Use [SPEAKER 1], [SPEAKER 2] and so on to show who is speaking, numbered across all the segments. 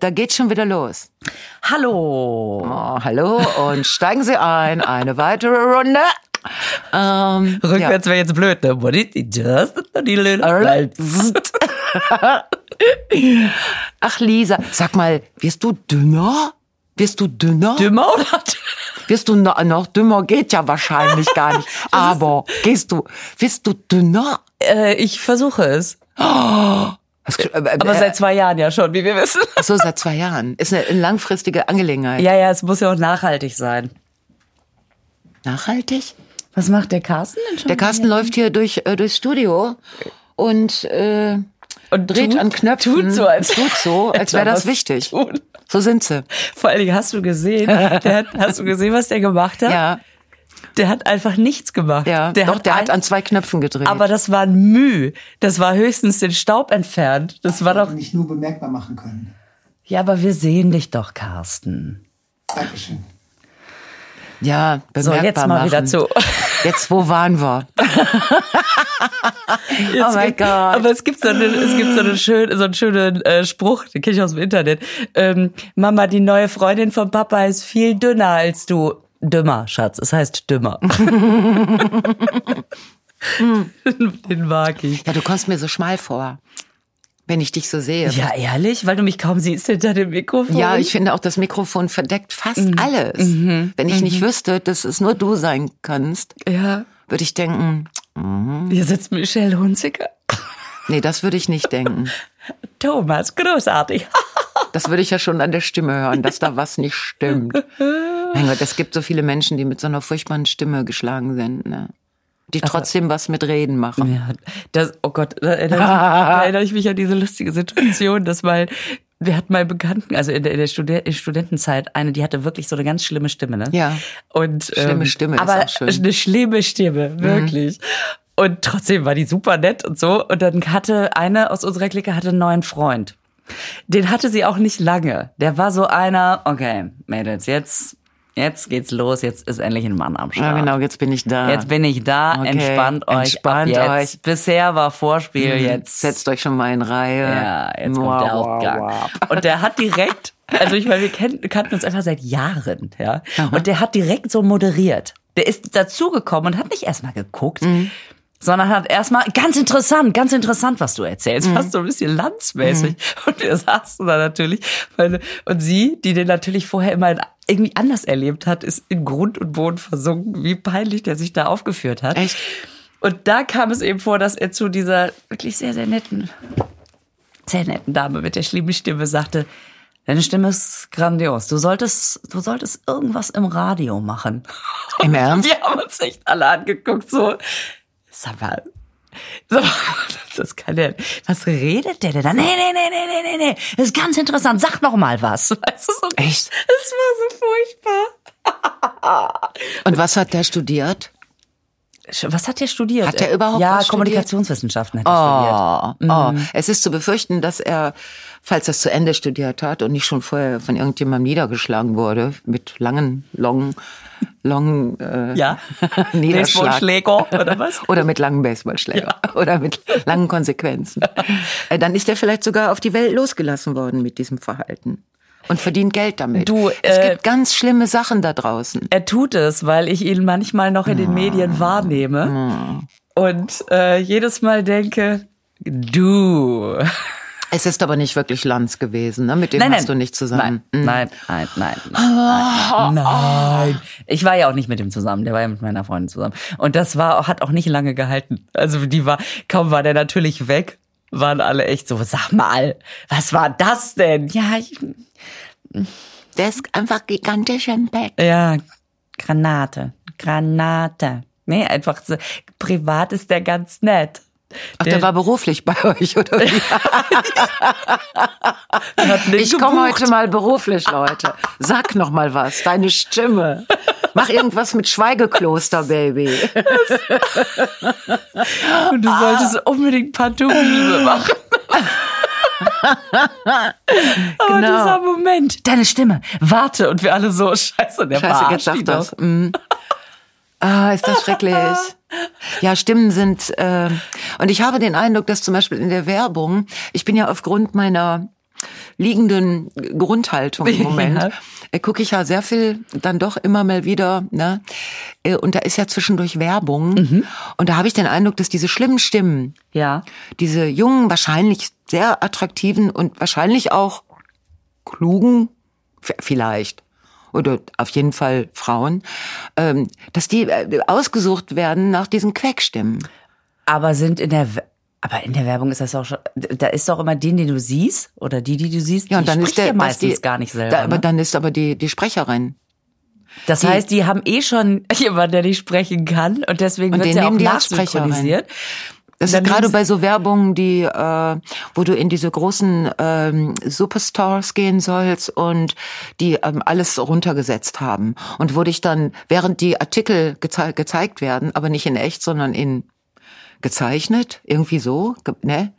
[SPEAKER 1] Da geht's schon wieder los.
[SPEAKER 2] Hallo.
[SPEAKER 1] Oh, hallo und steigen Sie ein. Eine weitere Runde. Ähm,
[SPEAKER 2] Rückwärts wäre jetzt blöd, ne? What did you just die Löhne?
[SPEAKER 1] Ach, Lisa, sag mal, wirst du dünner? Wirst du dünner?
[SPEAKER 2] Dümmer oder?
[SPEAKER 1] wirst du no noch dümmer? Geht ja wahrscheinlich gar nicht. Aber gehst du, wirst du dünner?
[SPEAKER 2] Äh, ich versuche es.
[SPEAKER 1] Hast du- äh, äh,
[SPEAKER 2] Aber
[SPEAKER 1] äh,
[SPEAKER 2] seit zwei Jahren ja schon, wie wir wissen.
[SPEAKER 1] ach so seit zwei Jahren. Ist eine langfristige Angelegenheit.
[SPEAKER 2] Ja, ja, es muss ja auch nachhaltig sein.
[SPEAKER 1] Nachhaltig?
[SPEAKER 2] Was macht der Carsten denn schon?
[SPEAKER 1] Der Carsten läuft hier durch, äh, durchs Studio und, äh,
[SPEAKER 2] und
[SPEAKER 1] dreht
[SPEAKER 2] tut-
[SPEAKER 1] an Knöpfen.
[SPEAKER 2] Tut so, als,
[SPEAKER 1] Tut so, als wäre
[SPEAKER 2] Hätte er
[SPEAKER 1] das
[SPEAKER 2] was
[SPEAKER 1] wichtig.
[SPEAKER 2] tun.
[SPEAKER 1] So sind sie.
[SPEAKER 2] Vor allen Dingen hast du gesehen, der hat, hast du gesehen, was der gemacht hat?
[SPEAKER 1] Ja,
[SPEAKER 2] Der hat einfach nichts gemacht.
[SPEAKER 1] ja.
[SPEAKER 2] der
[SPEAKER 1] Doch,
[SPEAKER 2] hat
[SPEAKER 1] der
[SPEAKER 2] ein-
[SPEAKER 1] hat an zwei Knöpfen gedreht.
[SPEAKER 2] Aber das war ein Müh. Das war höchstens den Staub entfernt. Das war doch.
[SPEAKER 3] nicht nur bemerkbar machen können.
[SPEAKER 2] Ja, aber wir sehen dich doch, Carsten.
[SPEAKER 3] Dankeschön.
[SPEAKER 1] ja,
[SPEAKER 2] So,
[SPEAKER 1] bemerkbar
[SPEAKER 2] jetzt mal
[SPEAKER 1] machen.
[SPEAKER 2] wieder zu.
[SPEAKER 1] Jetzt, wo waren wir? Oh
[SPEAKER 2] Jetzt
[SPEAKER 1] mein
[SPEAKER 2] wird-
[SPEAKER 1] Gott.
[SPEAKER 2] Aber es gibt so einen, es gibt so einen schönen, so einen schönen äh, Spruch, den kenne ich aus dem Internet. Ähm, Mama, die neue Freundin von Papa ist viel dünner als du. Dümmer, Schatz. Es heißt dümmer. den mag ich.
[SPEAKER 1] Ja, du kommst mir so schmal vor, wenn ich dich so sehe.
[SPEAKER 2] Ja, Mhm. ehrlich, weil du mich kaum siehst hinter dem Mikrofon.
[SPEAKER 1] Ja, ich finde auch, das Mikrofon verdeckt fast
[SPEAKER 2] Mhm.
[SPEAKER 1] alles. Wenn ich nicht wüsste, dass es nur du sein kannst,
[SPEAKER 2] Ja.
[SPEAKER 1] würde ich denken,
[SPEAKER 2] Hier sitzt Michelle Hunziker.
[SPEAKER 1] nee, das würde ich nicht denken.
[SPEAKER 2] Thomas, großartig.
[SPEAKER 1] Das würde ich ja schon an der Stimme hören, dass da was nicht stimmt. Mein Gott, es gibt so viele Menschen, die mit so einer furchtbaren Stimme geschlagen sind, ne? Die
[SPEAKER 2] Also
[SPEAKER 1] trotzdem was mit Reden machen.
[SPEAKER 2] Ja, das, oh Gott, da erinnere, ich, da erinnere ich mich an diese lustige Situation, dass mal, wir hatten mal Bekannten, also in der, in der Studen in Studentenzeit, eine, die hatte wirklich so eine ganz schlimme Stimme, ne?
[SPEAKER 1] Ja.
[SPEAKER 2] Und, ähm,
[SPEAKER 1] Schlimme Stimme ist
[SPEAKER 2] aber
[SPEAKER 1] auch schön. Mhm.
[SPEAKER 2] eine schlimme Stimme, wirklich. Und trotzdem war die super nett und so. Und dann hatte eine aus unserer Clique hatte einen neuen Freund. Den hatte sie auch nicht lange. Der war so einer, okay, Mädels, jetzt, jetzt geht's los, jetzt ist endlich ein Mann am
[SPEAKER 1] Ja,
[SPEAKER 2] Start.
[SPEAKER 1] genau, jetzt bin ich da.
[SPEAKER 2] Jetzt bin ich da,
[SPEAKER 1] Okay,
[SPEAKER 2] entspannt euch.
[SPEAKER 1] entspannt
[SPEAKER 2] ab
[SPEAKER 1] euch.
[SPEAKER 2] jetzt.
[SPEAKER 1] Mhm.
[SPEAKER 2] Bisher war Vorspiel, jetzt.
[SPEAKER 1] Setzt euch schon mal in Reihe.
[SPEAKER 2] ja, jetzt kommt der
[SPEAKER 1] Wow, wow,
[SPEAKER 2] Hauptgang.
[SPEAKER 1] wow.
[SPEAKER 2] Und der hat direkt, also ich meine, wir kennen, kannten uns einfach seit Jahren, ja. Und der hat direkt so moderiert. Der ist dazugekommen und hat nicht erstmal geguckt, sondern hat erstmal, ganz interessant, ganz interessant, was du erzählst, fast so ein bisschen landsmäßig. Und wir saßen da natürlich, meine, und sie, die den natürlich vorher immer in, irgendwie anders erlebt hat, ist in Grund und Boden versunken, wie peinlich der sich da aufgeführt hat.
[SPEAKER 1] Echt?
[SPEAKER 2] Und da kam es eben vor, dass er zu dieser wirklich sehr, sehr netten, sehr netten Dame mit der schlimmen Stimme sagte, deine Stimme ist grandios. Du solltest, du solltest irgendwas im Radio machen.
[SPEAKER 1] Im Ernst?
[SPEAKER 2] Wir haben uns echt alle angeguckt, so, sag mal, sag mal, das kann der, was redet der denn da? Nee, nee, nee, nee, nee, nee, nee, das ist ganz interessant, sag noch mal was. Weißt du, so,
[SPEAKER 1] Echt?
[SPEAKER 2] Es war so furchtbar.
[SPEAKER 1] Und was hat der studiert?
[SPEAKER 2] Sch- Was hat der studiert?
[SPEAKER 1] Hat der überhaupt
[SPEAKER 2] Ja,
[SPEAKER 1] was studiert?
[SPEAKER 2] Kommunikationswissenschaften hat er studiert.
[SPEAKER 1] Oh, oh. Es ist zu befürchten, dass er, falls er es zu Ende studiert hat und nicht schon vorher von irgendjemandem niedergeschlagen wurde, mit langen, longen, longen äh,
[SPEAKER 2] Ja.
[SPEAKER 1] Niederschlag.
[SPEAKER 2] Baseballschläger oder was?
[SPEAKER 1] Oder mit langen Baseballschläger. Oder mit langen Konsequenzen. Äh, Dann ist er vielleicht sogar auf die Welt losgelassen worden mit diesem Verhalten. Und verdient Geld damit.
[SPEAKER 2] Du,
[SPEAKER 1] es
[SPEAKER 2] äh,
[SPEAKER 1] gibt ganz schlimme Sachen da draußen.
[SPEAKER 2] Er tut es, weil ich ihn manchmal noch in
[SPEAKER 1] Ah.
[SPEAKER 2] den Medien wahrnehme und äh, jedes Mal denke, du.
[SPEAKER 1] Es ist aber nicht wirklich Lanz gewesen, ne? Mit dem hast du nicht zusammen.
[SPEAKER 2] Nein,
[SPEAKER 1] Mhm. Ah.
[SPEAKER 2] nein, nein, nein, nein, nein, nein. Ich war ja auch nicht mit ihm zusammen. Der war ja mit meiner Freundin zusammen. Und das war, hat auch nicht lange gehalten. Also die war, kaum war der natürlich weg, waren alle echt so, sag mal, was war das denn? Ja, ich,
[SPEAKER 1] Der ist einfach gigantisch im Bett.
[SPEAKER 2] Ja, Granate. Granate. Nee, einfach so. Privat ist der ganz nett.
[SPEAKER 1] Ach, der, war beruflich bei euch, oder wie?
[SPEAKER 2] Hat den
[SPEAKER 1] Ich komme heute mal beruflich, Leute. Sag noch mal was, deine Stimme. Mach irgendwas mit Schweigekloster, Baby.
[SPEAKER 2] gebucht und du solltest unbedingt Pantomime machen. Aber
[SPEAKER 1] Genau.
[SPEAKER 2] dieser Moment, deine Stimme, warte und wir alle so, scheiße, der
[SPEAKER 1] Scheiße, jetzt
[SPEAKER 2] verarscht die
[SPEAKER 1] sag das.
[SPEAKER 2] doch.
[SPEAKER 1] Mm. Ah, ist das schrecklich. Ja, Stimmen sind. Äh, und ich habe den Eindruck, dass zum Beispiel in der Werbung, ich bin ja aufgrund meiner liegenden Grundhaltung im Moment,
[SPEAKER 2] Ja.
[SPEAKER 1] äh, gucke ich ja sehr viel dann doch immer mal wieder. Ne? Äh, Und da ist ja zwischendurch Werbung.
[SPEAKER 2] Mhm.
[SPEAKER 1] Und da habe ich den Eindruck, dass diese schlimmen Stimmen,
[SPEAKER 2] Ja.
[SPEAKER 1] diese jungen, wahrscheinlich sehr attraktiven und wahrscheinlich auch klugen, v- vielleicht, oder auf jeden Fall Frauen, ähm, dass die äh, ausgesucht werden nach diesen Queckstimmen.
[SPEAKER 2] Aber sind in der We- aber in der Werbung ist das auch schon, da ist doch immer den, den du siehst oder die, die du siehst,
[SPEAKER 1] Ja,
[SPEAKER 2] die
[SPEAKER 1] und dann
[SPEAKER 2] spricht
[SPEAKER 1] ist der
[SPEAKER 2] ja
[SPEAKER 1] dass
[SPEAKER 2] meistens
[SPEAKER 1] die,
[SPEAKER 2] gar nicht selber.
[SPEAKER 1] Da, aber
[SPEAKER 2] ne?
[SPEAKER 1] dann ist aber die die Sprecherin.
[SPEAKER 2] Das heißt, die haben eh schon jemanden, der nicht sprechen kann und deswegen
[SPEAKER 1] Und
[SPEAKER 2] wird
[SPEAKER 1] den
[SPEAKER 2] ja auch
[SPEAKER 1] nehmen die als Sprecher rein.
[SPEAKER 2] nachsynchronisiert.
[SPEAKER 1] Das
[SPEAKER 2] Dann
[SPEAKER 1] ist gerade
[SPEAKER 2] nehmen sie-
[SPEAKER 1] bei so Werbungen, die, äh, wo du in diese großen ähm, Superstars gehen sollst und die ähm, alles runtergesetzt haben und wo dich dann, während die Artikel gezei gezeigt werden, aber nicht in echt, sondern in gezeichnet, irgendwie so, ge- ne?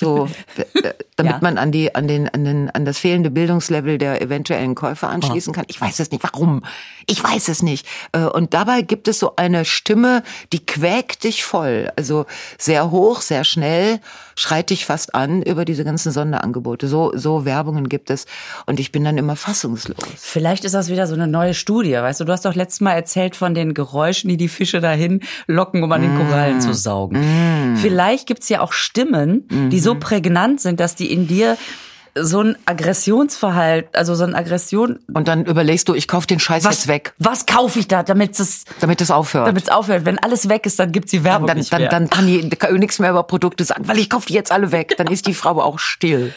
[SPEAKER 1] So, äh, damit
[SPEAKER 2] Ja.
[SPEAKER 1] man an die, an den, an den, an das fehlende Bildungslevel der eventuellen Käufer
[SPEAKER 2] Oh.
[SPEAKER 1] anschließen kann. Ich weiß es nicht. Warum? Ich weiß es nicht. Äh, Und dabei gibt es so eine Stimme, die quäkt dich voll. Also sehr hoch, sehr schnell, schreit dich fast an über diese ganzen Sonderangebote. So, so Werbungen gibt es. Und ich bin dann immer fassungslos.
[SPEAKER 2] Vielleicht ist das wieder so eine neue Studie, weißt du, du hast doch letztes Mal erzählt von den Geräuschen, die die Fische dahin locken, um an
[SPEAKER 1] Mm.
[SPEAKER 2] den Korallen zu saugen. Vielleicht gibt's ja auch Stimmen, die
[SPEAKER 1] Mhm.
[SPEAKER 2] so prägnant sind, dass die in dir so ein Aggressionsverhalten, also so ein Aggression
[SPEAKER 1] Und dann überlegst du, ich kauf den Scheiß jetzt weg,
[SPEAKER 2] Was kaufe ich da, damit es
[SPEAKER 1] damit es aufhört.
[SPEAKER 2] damit es aufhört? Wenn alles weg ist, dann gibt's die Werbung
[SPEAKER 1] dann,
[SPEAKER 2] nicht
[SPEAKER 1] dann,
[SPEAKER 2] mehr.
[SPEAKER 1] dann kann die kann nichts mehr über Produkte sagen, weil ich kaufe die jetzt alle weg. Dann ist die Frau auch still.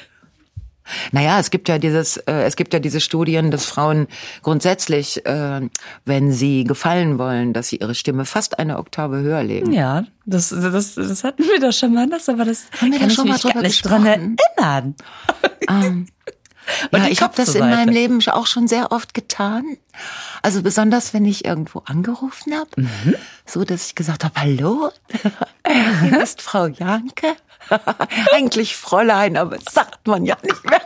[SPEAKER 1] Naja, es gibt ja dieses, äh, es gibt ja diese Studien, dass Frauen grundsätzlich, äh, wenn sie gefallen wollen, dass sie ihre Stimme fast eine Oktave höher legen.
[SPEAKER 2] ja, das, das, das hatten wir doch schon mal anders, aber das
[SPEAKER 1] Haben wir da
[SPEAKER 2] kann ich
[SPEAKER 1] schon mal
[SPEAKER 2] mich
[SPEAKER 1] drüber
[SPEAKER 2] gar nicht dran
[SPEAKER 1] gesprochen? Ähm,
[SPEAKER 2] erinnern. Und
[SPEAKER 1] ja,
[SPEAKER 2] die
[SPEAKER 1] ich habe das in
[SPEAKER 2] Kopfseite.
[SPEAKER 1] meinem Leben auch schon sehr oft getan. Also besonders, wenn ich irgendwo angerufen habe, so dass ich gesagt habe, hallo, hier ist Frau Janke. Eigentlich Fräulein, aber das sagt man ja nicht mehr.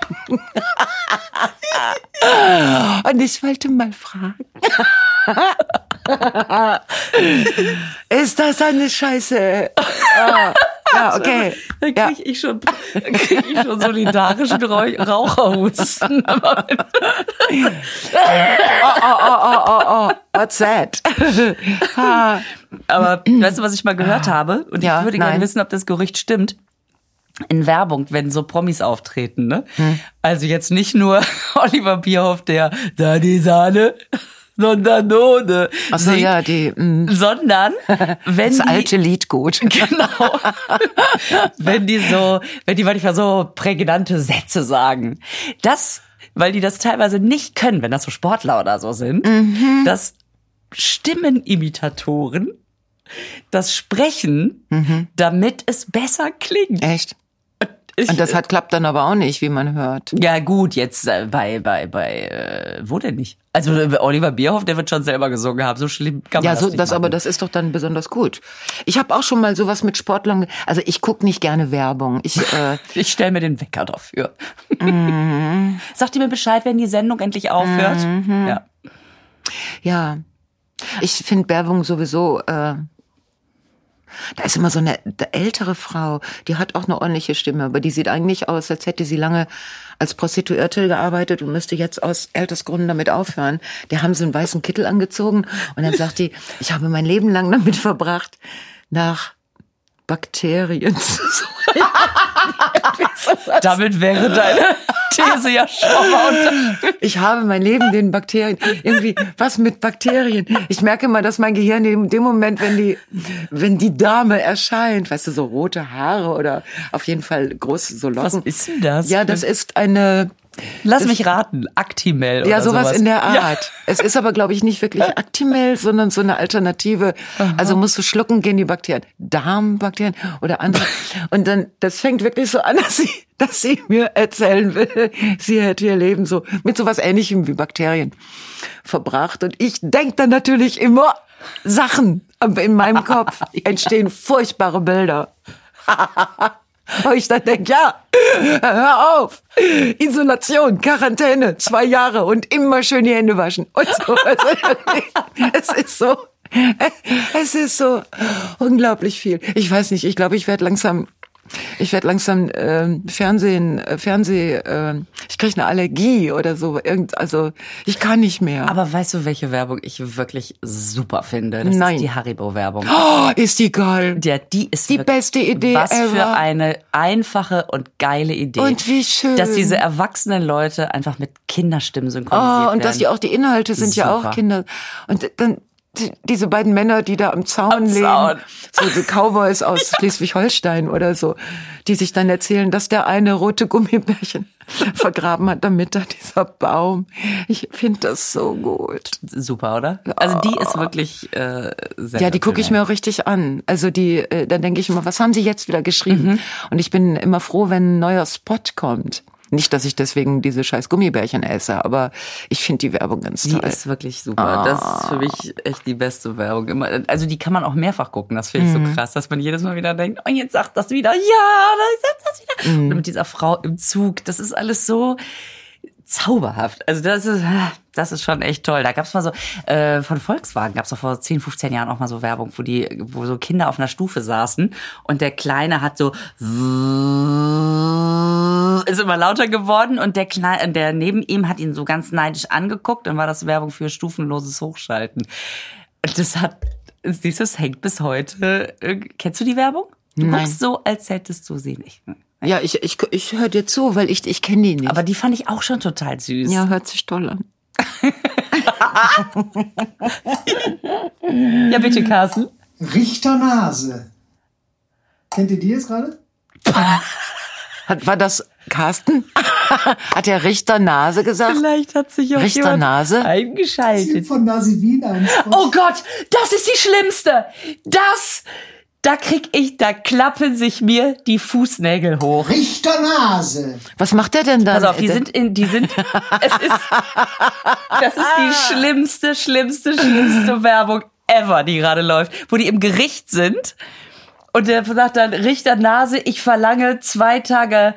[SPEAKER 1] Und ich wollte mal fragen. Ist das eine Scheiße? Ah, ja, okay.
[SPEAKER 2] Dann
[SPEAKER 1] Ja.
[SPEAKER 2] kriege ich eh schon, dann krieg ich eh schon solidarischen Rauch- Raucherhusten. Aber wenn-
[SPEAKER 1] oh, What's that?
[SPEAKER 2] Aber weißt du, was ich mal gehört habe? Und
[SPEAKER 1] Ah. Ja,
[SPEAKER 2] ich würde gerne
[SPEAKER 1] nein.
[SPEAKER 2] wissen, ob das Gerücht stimmt. In Werbung, wenn so Promis auftreten, ne?
[SPEAKER 1] Hm.
[SPEAKER 2] Also jetzt nicht nur Oliver Bierhoff, der da die Sahne, sondern None.
[SPEAKER 1] Ach so, ja, die, mm,
[SPEAKER 2] Sondern wenn
[SPEAKER 1] das
[SPEAKER 2] die,
[SPEAKER 1] alte Lied gut.
[SPEAKER 2] genau, wenn die so, wenn die manchmal so prägnante Sätze sagen. Das, weil die das teilweise nicht können, wenn das so Sportler oder so sind,
[SPEAKER 1] Mhm.
[SPEAKER 2] dass Stimmenimitatoren das Sprechen,
[SPEAKER 1] Mhm.
[SPEAKER 2] damit es besser klingt.
[SPEAKER 1] Echt?
[SPEAKER 2] Ich- äh,
[SPEAKER 1] Und das hat klappt dann aber auch nicht, wie man hört.
[SPEAKER 2] ja gut, jetzt äh, bei, bei, bei, äh, wo denn nicht? Also äh, Oliver Bierhoff, der wird schon selber gesungen haben, so schlimm kann man
[SPEAKER 1] Ja,
[SPEAKER 2] das
[SPEAKER 1] so,
[SPEAKER 2] nicht
[SPEAKER 1] das,
[SPEAKER 2] machen.
[SPEAKER 1] aber das ist doch dann besonders gut. Ich habe auch schon mal sowas mit Sportlern. ge- Also ich guck nicht gerne Werbung. Ich, äh,
[SPEAKER 2] Ich stelle mir den Wecker dafür.
[SPEAKER 1] Mhm.
[SPEAKER 2] Sagt ihr mir Bescheid, wenn die Sendung endlich aufhört? Ja.
[SPEAKER 1] ja, ich finde Werbung sowieso. Äh, da ist immer so eine ältere Frau, die hat auch eine ordentliche Stimme, aber die sieht eigentlich aus, als hätte sie lange als Prostituierte gearbeitet und müsste jetzt aus Altersgründen damit aufhören. Der haben sie einen weißen Kittel angezogen und dann sagt die, ich habe mein Leben lang damit verbracht, nach Bakterien zu suchen.
[SPEAKER 2] Damit wäre deine These ja schon mal unter
[SPEAKER 1] Ich habe mein Leben den Bakterien. Irgendwie, was mit Bakterien? Ich merke mal, dass mein Gehirn in dem Moment, wenn die, wenn die Dame erscheint, weißt du, so rote Haare oder auf jeden Fall große so Locken.
[SPEAKER 2] ist denn das?
[SPEAKER 1] Ja, das ist eine,
[SPEAKER 2] Lass mich raten, Actimel
[SPEAKER 1] ja,
[SPEAKER 2] oder
[SPEAKER 1] sowas, in der Art.
[SPEAKER 2] Ja.
[SPEAKER 1] Es ist aber, glaube ich, nicht wirklich Actimel, sondern so eine Alternative. Also musst du schlucken, gehen die Bakterien. Darmbakterien oder andere. Und dann, das fängt wirklich so an, dass sie, dass sie mir erzählen will, sie hätte ihr Leben so mit sowas ähnlichem wie Bakterien verbracht. Und ich denke dann natürlich immer Sachen. Aber in meinem Kopf entstehen furchtbare Bilder. Und ich dann denke, ja, hör auf. Isolation, Quarantäne, zwei Jahre und immer schön die Hände waschen. Und so. Also, es ist so. Es ist so unglaublich viel. Ich weiß nicht, ich glaube, ich werde langsam Ich werde langsam ähm, Fernsehen, äh, Fernseh, äh, ich kriege eine Allergie oder so. Irgend, also ich kann nicht mehr.
[SPEAKER 2] Aber weißt du, welche Werbung ich wirklich super finde? Das
[SPEAKER 1] Nein.
[SPEAKER 2] ist die Haribo-Werbung.
[SPEAKER 1] oh, ist die geil.
[SPEAKER 2] Ja, die ist
[SPEAKER 1] Die
[SPEAKER 2] wirklich-
[SPEAKER 1] beste Idee
[SPEAKER 2] Was für
[SPEAKER 1] ever.
[SPEAKER 2] eine einfache und geile Idee.
[SPEAKER 1] Und wie schön.
[SPEAKER 2] Dass diese erwachsenen Leute einfach mit Kinderstimmen synchronisiert
[SPEAKER 1] Oh,
[SPEAKER 2] werden.
[SPEAKER 1] und dass die auch die Inhalte sind ja
[SPEAKER 2] Super.
[SPEAKER 1] auch Kinder. Und dann die- diese beiden Männer, die da am Zaun leben,
[SPEAKER 2] Zaun.
[SPEAKER 1] so die Cowboys aus Schleswig-Holstein oder so, die sich dann erzählen, dass der eine rote Gummibärchen vergraben hat, damit da dieser Baum. Ich finde das so gut.
[SPEAKER 2] Super, oder? Also die ist wirklich äh, sehr
[SPEAKER 1] Oh. Ja, die gucke ich mir auch richtig an. Also die, äh, dann denke ich immer, was haben sie jetzt wieder geschrieben?
[SPEAKER 2] Mhm.
[SPEAKER 1] Und ich bin immer froh, wenn ein neuer Spot kommt. Nicht, dass ich deswegen diese scheiß Gummibärchen esse, aber ich finde die Werbung ganz
[SPEAKER 2] Die
[SPEAKER 1] toll.
[SPEAKER 2] ist wirklich super. Das ist für mich echt die beste Werbung. Immer, also die kann man auch mehrfach gucken. Das finde ich so krass, dass man jedes Mal wieder denkt, oh, jetzt sagt das wieder, ja, jetzt sagt das wieder. Und mit dieser Frau im Zug, das ist alles so zauberhaft. Also das ist, das ist schon echt toll. Da gab es mal so, äh, von Volkswagen gab es doch vor 10, 15 Jahren auch mal so Werbung, wo die, wo so Kinder auf einer Stufe saßen und der Kleine hat so ist immer lauter geworden und der Kleine, der neben ihm hat ihn so ganz neidisch angeguckt und war das Werbung für stufenloses Hochschalten. Und das hat, siehst du, es hängt bis heute. Äh, Kennst du die Werbung? Du
[SPEAKER 1] Nein.
[SPEAKER 2] guckst so, als hättest du sie nicht.
[SPEAKER 1] Ja, ich, ich, ich höre dir zu, weil ich, ich kenne die nicht.
[SPEAKER 2] Aber die fand ich auch schon total süß.
[SPEAKER 1] ja, hört sich toll an.
[SPEAKER 2] ja bitte, Carsten.
[SPEAKER 3] Richternase. Kennt ihr die jetzt gerade?
[SPEAKER 1] Hat, war das Carsten? Hat der Richter Nase gesagt?
[SPEAKER 2] Vielleicht hat sich auch
[SPEAKER 1] Richter
[SPEAKER 2] jemand
[SPEAKER 1] Nase?
[SPEAKER 3] Typ
[SPEAKER 2] eingeschaltet.
[SPEAKER 3] von Nasi Wiener. im Spot.
[SPEAKER 2] Oh Gott, das ist die schlimmste. Das, da krieg ich, da klappen sich mir die Fußnägel hoch.
[SPEAKER 3] Richternase.
[SPEAKER 1] Was macht der denn da?
[SPEAKER 2] Pass auf, die sind in, die sind, es ist, das ist die schlimmste, schlimmste, schlimmste Werbung ever, die gerade läuft, wo die im Gericht sind und der sagt dann, Richter Nase, ich verlange zwei Tage,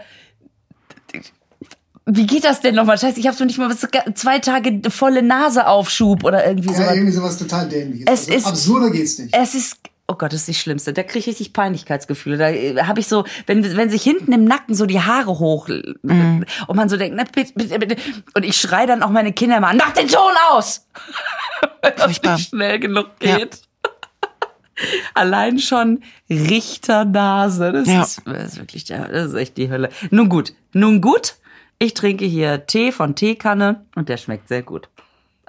[SPEAKER 2] wie geht das denn nochmal? Scheiße, ich hab's noch nicht mal, was- zwei Tage volle Naseaufschub oder irgendwie
[SPEAKER 3] Ja,
[SPEAKER 2] sowas.
[SPEAKER 3] irgendwie sowas total dämliches. Also
[SPEAKER 2] Es ist-
[SPEAKER 3] absurder geht's nicht.
[SPEAKER 2] Es ist, oh Gott, das ist die Schlimmste. Da kriege ich richtig Peinlichkeitsgefühle. Da äh, habe ich so, wenn, wenn sich hinten im Nacken so die Haare hoch äh,
[SPEAKER 1] Mhm.
[SPEAKER 2] und man so denkt, na, bitte, bitte, bitte. Und ich schreie dann auch meine Kinder mal an, mach den Ton aus! Weil das
[SPEAKER 1] Furchtbar.
[SPEAKER 2] nicht schnell genug
[SPEAKER 1] Ja.
[SPEAKER 2] geht. Allein schon Richternase. Das,
[SPEAKER 1] Ja.
[SPEAKER 2] ist, das ist wirklich, der- das ist echt die Hölle. Nun gut, nun gut. Ich trinke hier Tee von Teekanne und der schmeckt sehr gut.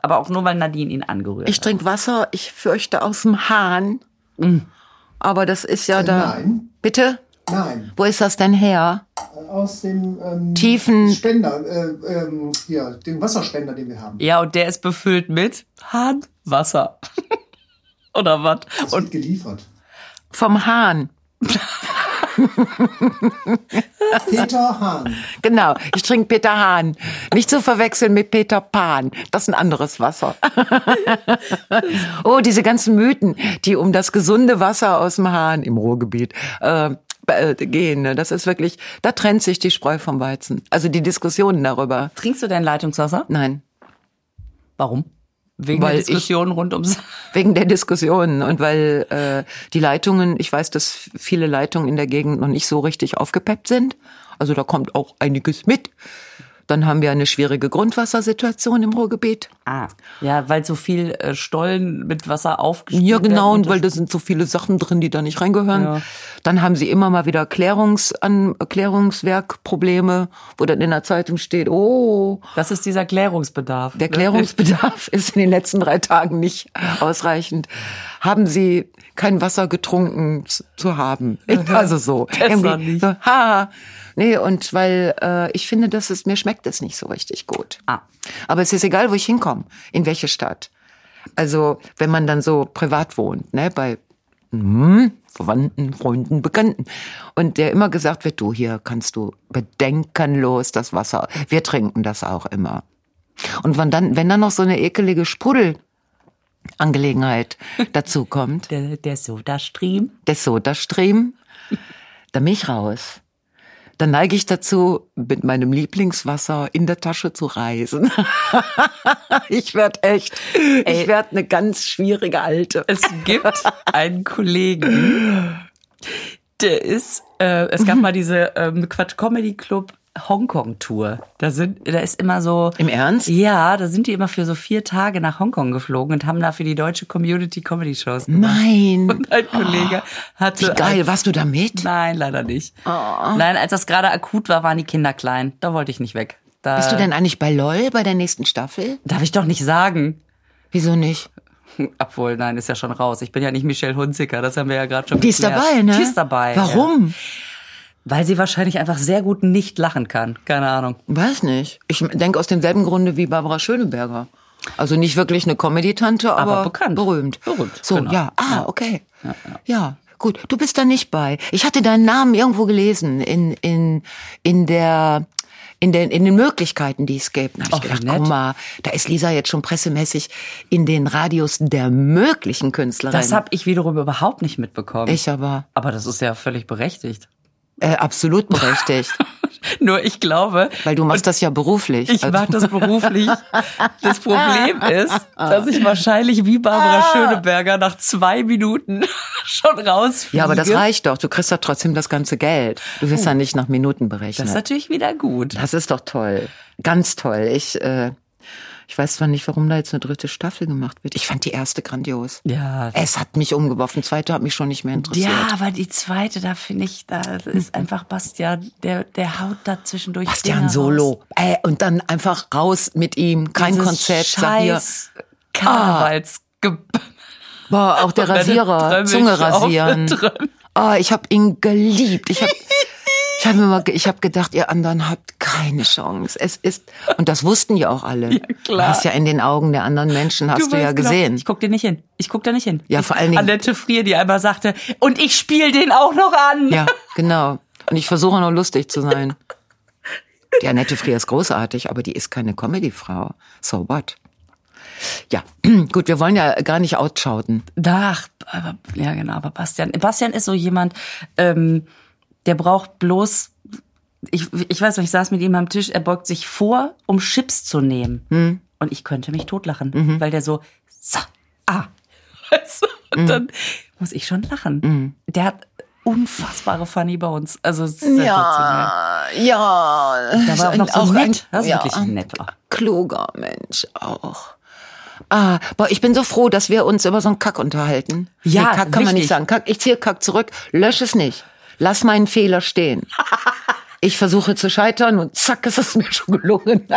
[SPEAKER 2] Aber auch nur, weil Nadine ihn angerührt
[SPEAKER 1] ich trinke Wasser, ich fürchte aus dem Hahn. Aber das ist ja da.
[SPEAKER 3] Äh, Nein.
[SPEAKER 1] Bitte?
[SPEAKER 3] Nein. Äh,
[SPEAKER 1] Wo ist das denn her?
[SPEAKER 3] Aus dem ähm,
[SPEAKER 1] Tiefen-
[SPEAKER 3] Spender, äh, ähm, hier, dem Wasserspender, den wir haben.
[SPEAKER 2] Ja, und der ist befüllt mit Hahnwasser. Oder was?
[SPEAKER 3] Das
[SPEAKER 2] Und
[SPEAKER 3] wird geliefert.
[SPEAKER 1] Vom Hahn.
[SPEAKER 3] Peter Hahn.
[SPEAKER 1] Genau, ich trinke Peter Hahn. Nicht zu verwechseln mit Peter Pan. Das ist ein anderes Wasser. oh, diese ganzen Mythen, die um das gesunde Wasser aus dem Hahn im Ruhrgebiet äh, äh, gehen. ne? Das ist wirklich, da trennt sich die Spreu vom Weizen. Also die Diskussionen darüber.
[SPEAKER 2] trinkst du dein Leitungswasser?
[SPEAKER 1] Nein,
[SPEAKER 2] Warum? Wegen
[SPEAKER 1] Weil
[SPEAKER 2] der Diskussion rund ums.
[SPEAKER 1] wegen der Diskussionen und weil äh, die Leitungen, ich weiß, dass viele Leitungen in der Gegend noch nicht so richtig aufgepeppt sind. Also da kommt auch einiges mit. Dann haben wir eine schwierige Grundwassersituation im Ruhrgebiet.
[SPEAKER 2] Ah. Ja, weil so viel äh, Stollen mit Wasser aufgeschnitten
[SPEAKER 1] Ja, genau,
[SPEAKER 2] werden.
[SPEAKER 1] und weil da sind so viele Sachen drin, die da nicht reingehören.
[SPEAKER 2] Ja.
[SPEAKER 1] Dann haben sie immer mal wieder Klärungs an Klärungswerkprobleme, wo dann in der Zeitung steht, oh,
[SPEAKER 2] das ist dieser Klärungsbedarf.
[SPEAKER 1] der
[SPEAKER 2] ne?
[SPEAKER 1] Klärungsbedarf ist in den letzten drei Tagen nicht ausreichend. Haben sie kein Wasser getrunken zu- zu haben? Also so.
[SPEAKER 2] Besser
[SPEAKER 1] Irgendwie
[SPEAKER 2] nicht.
[SPEAKER 1] So, ha, ha. Nee, und weil äh, ich finde, dass es mir schmeckt es nicht so richtig gut.
[SPEAKER 2] Ah.
[SPEAKER 1] Aber es ist egal, wo ich hinkomme, in welche Stadt. Also, wenn man dann so privat wohnt, ne, bei hm, Verwandten, Freunden, Bekannten. Und der immer gesagt wird, du, hier kannst du bedenkenlos das Wasser. Wir trinken das auch immer. Und wenn dann, wenn dann noch so eine ekelige Sprudelangelegenheit dazu kommt,
[SPEAKER 2] Der, der Soda-Stream.
[SPEAKER 1] der Sodastream, da bin ich raus. Dann neige ich dazu, mit meinem Lieblingswasser in der Tasche zu reisen. ich werd echt, ich werd eine ganz schwierige Alte.
[SPEAKER 2] Es gibt einen Kollegen, Beste ist, äh, es gab mal diese ähm, Quatsch Comedy Club Hongkong Tour. Da sind, da ist immer so.
[SPEAKER 1] Im Ernst?
[SPEAKER 2] Ja, da sind die immer für so vier Tage nach Hongkong geflogen und haben da für die deutsche Community Comedy Shows. gemacht.
[SPEAKER 1] Nein.
[SPEAKER 2] Und ein
[SPEAKER 1] Wie
[SPEAKER 2] Kollege hatte.
[SPEAKER 1] geil, Oh. warst du da mit?
[SPEAKER 2] Nein, leider nicht. Nein, als das gerade akut war, waren die Kinder klein. Da wollte ich nicht weg. Da
[SPEAKER 1] Bist du denn eigentlich bei LOL bei der nächsten Staffel?
[SPEAKER 2] darf ich doch nicht sagen.
[SPEAKER 1] Wieso nicht?
[SPEAKER 2] Obwohl, nein, ist ja schon raus. Ich bin ja nicht Michelle Hunziker, das haben wir ja gerade schon
[SPEAKER 1] Die ist
[SPEAKER 2] geklärt.
[SPEAKER 1] dabei, ne?
[SPEAKER 2] Die ist dabei. Ja.
[SPEAKER 1] Warum?
[SPEAKER 2] Weil sie wahrscheinlich einfach sehr gut nicht lachen kann. Keine Ahnung.
[SPEAKER 1] Weiß nicht. Ich denke aus demselben Grunde wie Barbara Schöneberger. Also nicht wirklich eine Comedy-Tante, aber,
[SPEAKER 2] Aber bekannt.
[SPEAKER 1] berühmt.
[SPEAKER 2] Berühmt,
[SPEAKER 1] So,
[SPEAKER 2] genau.
[SPEAKER 1] ja. Ah, okay. Ja, gut. Du bist da nicht bei. Ich hatte deinen Namen irgendwo gelesen in, in, in der, in den, in den Möglichkeiten, die es gibt. Da hab ich
[SPEAKER 2] Oh, wie
[SPEAKER 1] gedacht,
[SPEAKER 2] nett.
[SPEAKER 1] guck mal, da ist Lisa jetzt schon pressemäßig in den Radius der möglichen Künstlerin.
[SPEAKER 2] Das habe ich wiederum überhaupt nicht mitbekommen.
[SPEAKER 1] ich aber
[SPEAKER 2] Aber das ist ja völlig berechtigt.
[SPEAKER 1] äh, absolut berechtigt,
[SPEAKER 2] Nur ich glaube,
[SPEAKER 1] weil du machst das ja beruflich.
[SPEAKER 2] ich
[SPEAKER 1] Also-
[SPEAKER 2] mache das beruflich. Das Problem ist, dass ich wahrscheinlich wie Barbara
[SPEAKER 1] Ah.
[SPEAKER 2] Schöneberger nach zwei Minuten schon rausfliege.
[SPEAKER 1] Ja, aber das reicht doch. Du kriegst doch trotzdem das ganze Geld. Du wirst ja nicht nach Minuten
[SPEAKER 2] Das ist
[SPEAKER 1] berechnet.
[SPEAKER 2] natürlich wieder gut.
[SPEAKER 1] Das ist doch toll. Ganz toll. Ich, äh, ich weiß zwar nicht, warum da jetzt eine dritte Staffel gemacht wird. Ich fand die erste grandios.
[SPEAKER 2] Ja,
[SPEAKER 1] Es hat mich umgeworfen. Zweite hat mich schon nicht mehr interessiert.
[SPEAKER 2] Ja, aber die zweite, da finde ich, da ist einfach Bastian, der, der haut da zwischendurch.
[SPEAKER 1] Hm. Bastian
[SPEAKER 2] Dinge raus.
[SPEAKER 1] Solo. Ey, und dann einfach raus mit ihm. Kein
[SPEAKER 2] Dieses
[SPEAKER 1] Konzept. Sag hier.
[SPEAKER 2] Scheiß Karnevals.
[SPEAKER 1] Boah, auch der
[SPEAKER 2] Wenn du
[SPEAKER 1] Rasierer.
[SPEAKER 2] Trömmel
[SPEAKER 1] Zunge
[SPEAKER 2] auf-
[SPEAKER 1] rasieren.
[SPEAKER 2] Trömmel.
[SPEAKER 1] Oh, ich habe ihn geliebt. Ich habe ich hab mir mal, ge- ich hab gedacht, ihr anderen habt keine Chance. Es ist und das wussten ja auch alle.
[SPEAKER 2] klar.
[SPEAKER 1] Du hast ja in den Augen der anderen Menschen Ah, hast du, ja
[SPEAKER 2] weißt genau,
[SPEAKER 1] gesehen.
[SPEAKER 2] Ich guck dir nicht hin. Ich guck da nicht hin.
[SPEAKER 1] Ja,
[SPEAKER 2] ich,
[SPEAKER 1] vor allen Dingen-
[SPEAKER 2] Annette Frier, die einmal sagte, und ich spiele den auch noch an.
[SPEAKER 1] Ja, genau. Und ich versuche nur lustig zu sein. Die Annette Frier ist großartig, aber die ist keine Comedy-Frau. So what? Ja, gut, wir wollen ja gar nicht outschauten.
[SPEAKER 2] Ach, aber, ja genau, aber Bastian. Bastian ist so jemand, ähm, der braucht bloß. Ich, ich weiß noch, ich saß mit ihm am Tisch, er beugt sich vor, um Chips zu nehmen. Und ich könnte mich totlachen, weil der so, so, ah. Weißt du? Und dann muss ich schon lachen. Der hat unfassbare Funny Bones. Also sensationell.
[SPEAKER 1] ja.
[SPEAKER 2] Da war auch noch so nett. Das ist wirklich nett.
[SPEAKER 1] kluger Mensch auch. Ah, boah, ich bin so froh, dass wir uns über so einen Kack unterhalten.
[SPEAKER 2] Ja,
[SPEAKER 1] Kack kann man
[SPEAKER 2] wichtig.
[SPEAKER 1] nicht sagen. Kack, ich ziehe Kack zurück, lösche es nicht. Lass meinen Fehler stehen. Ich versuche zu scheitern und zack, ist es mir schon gelungen.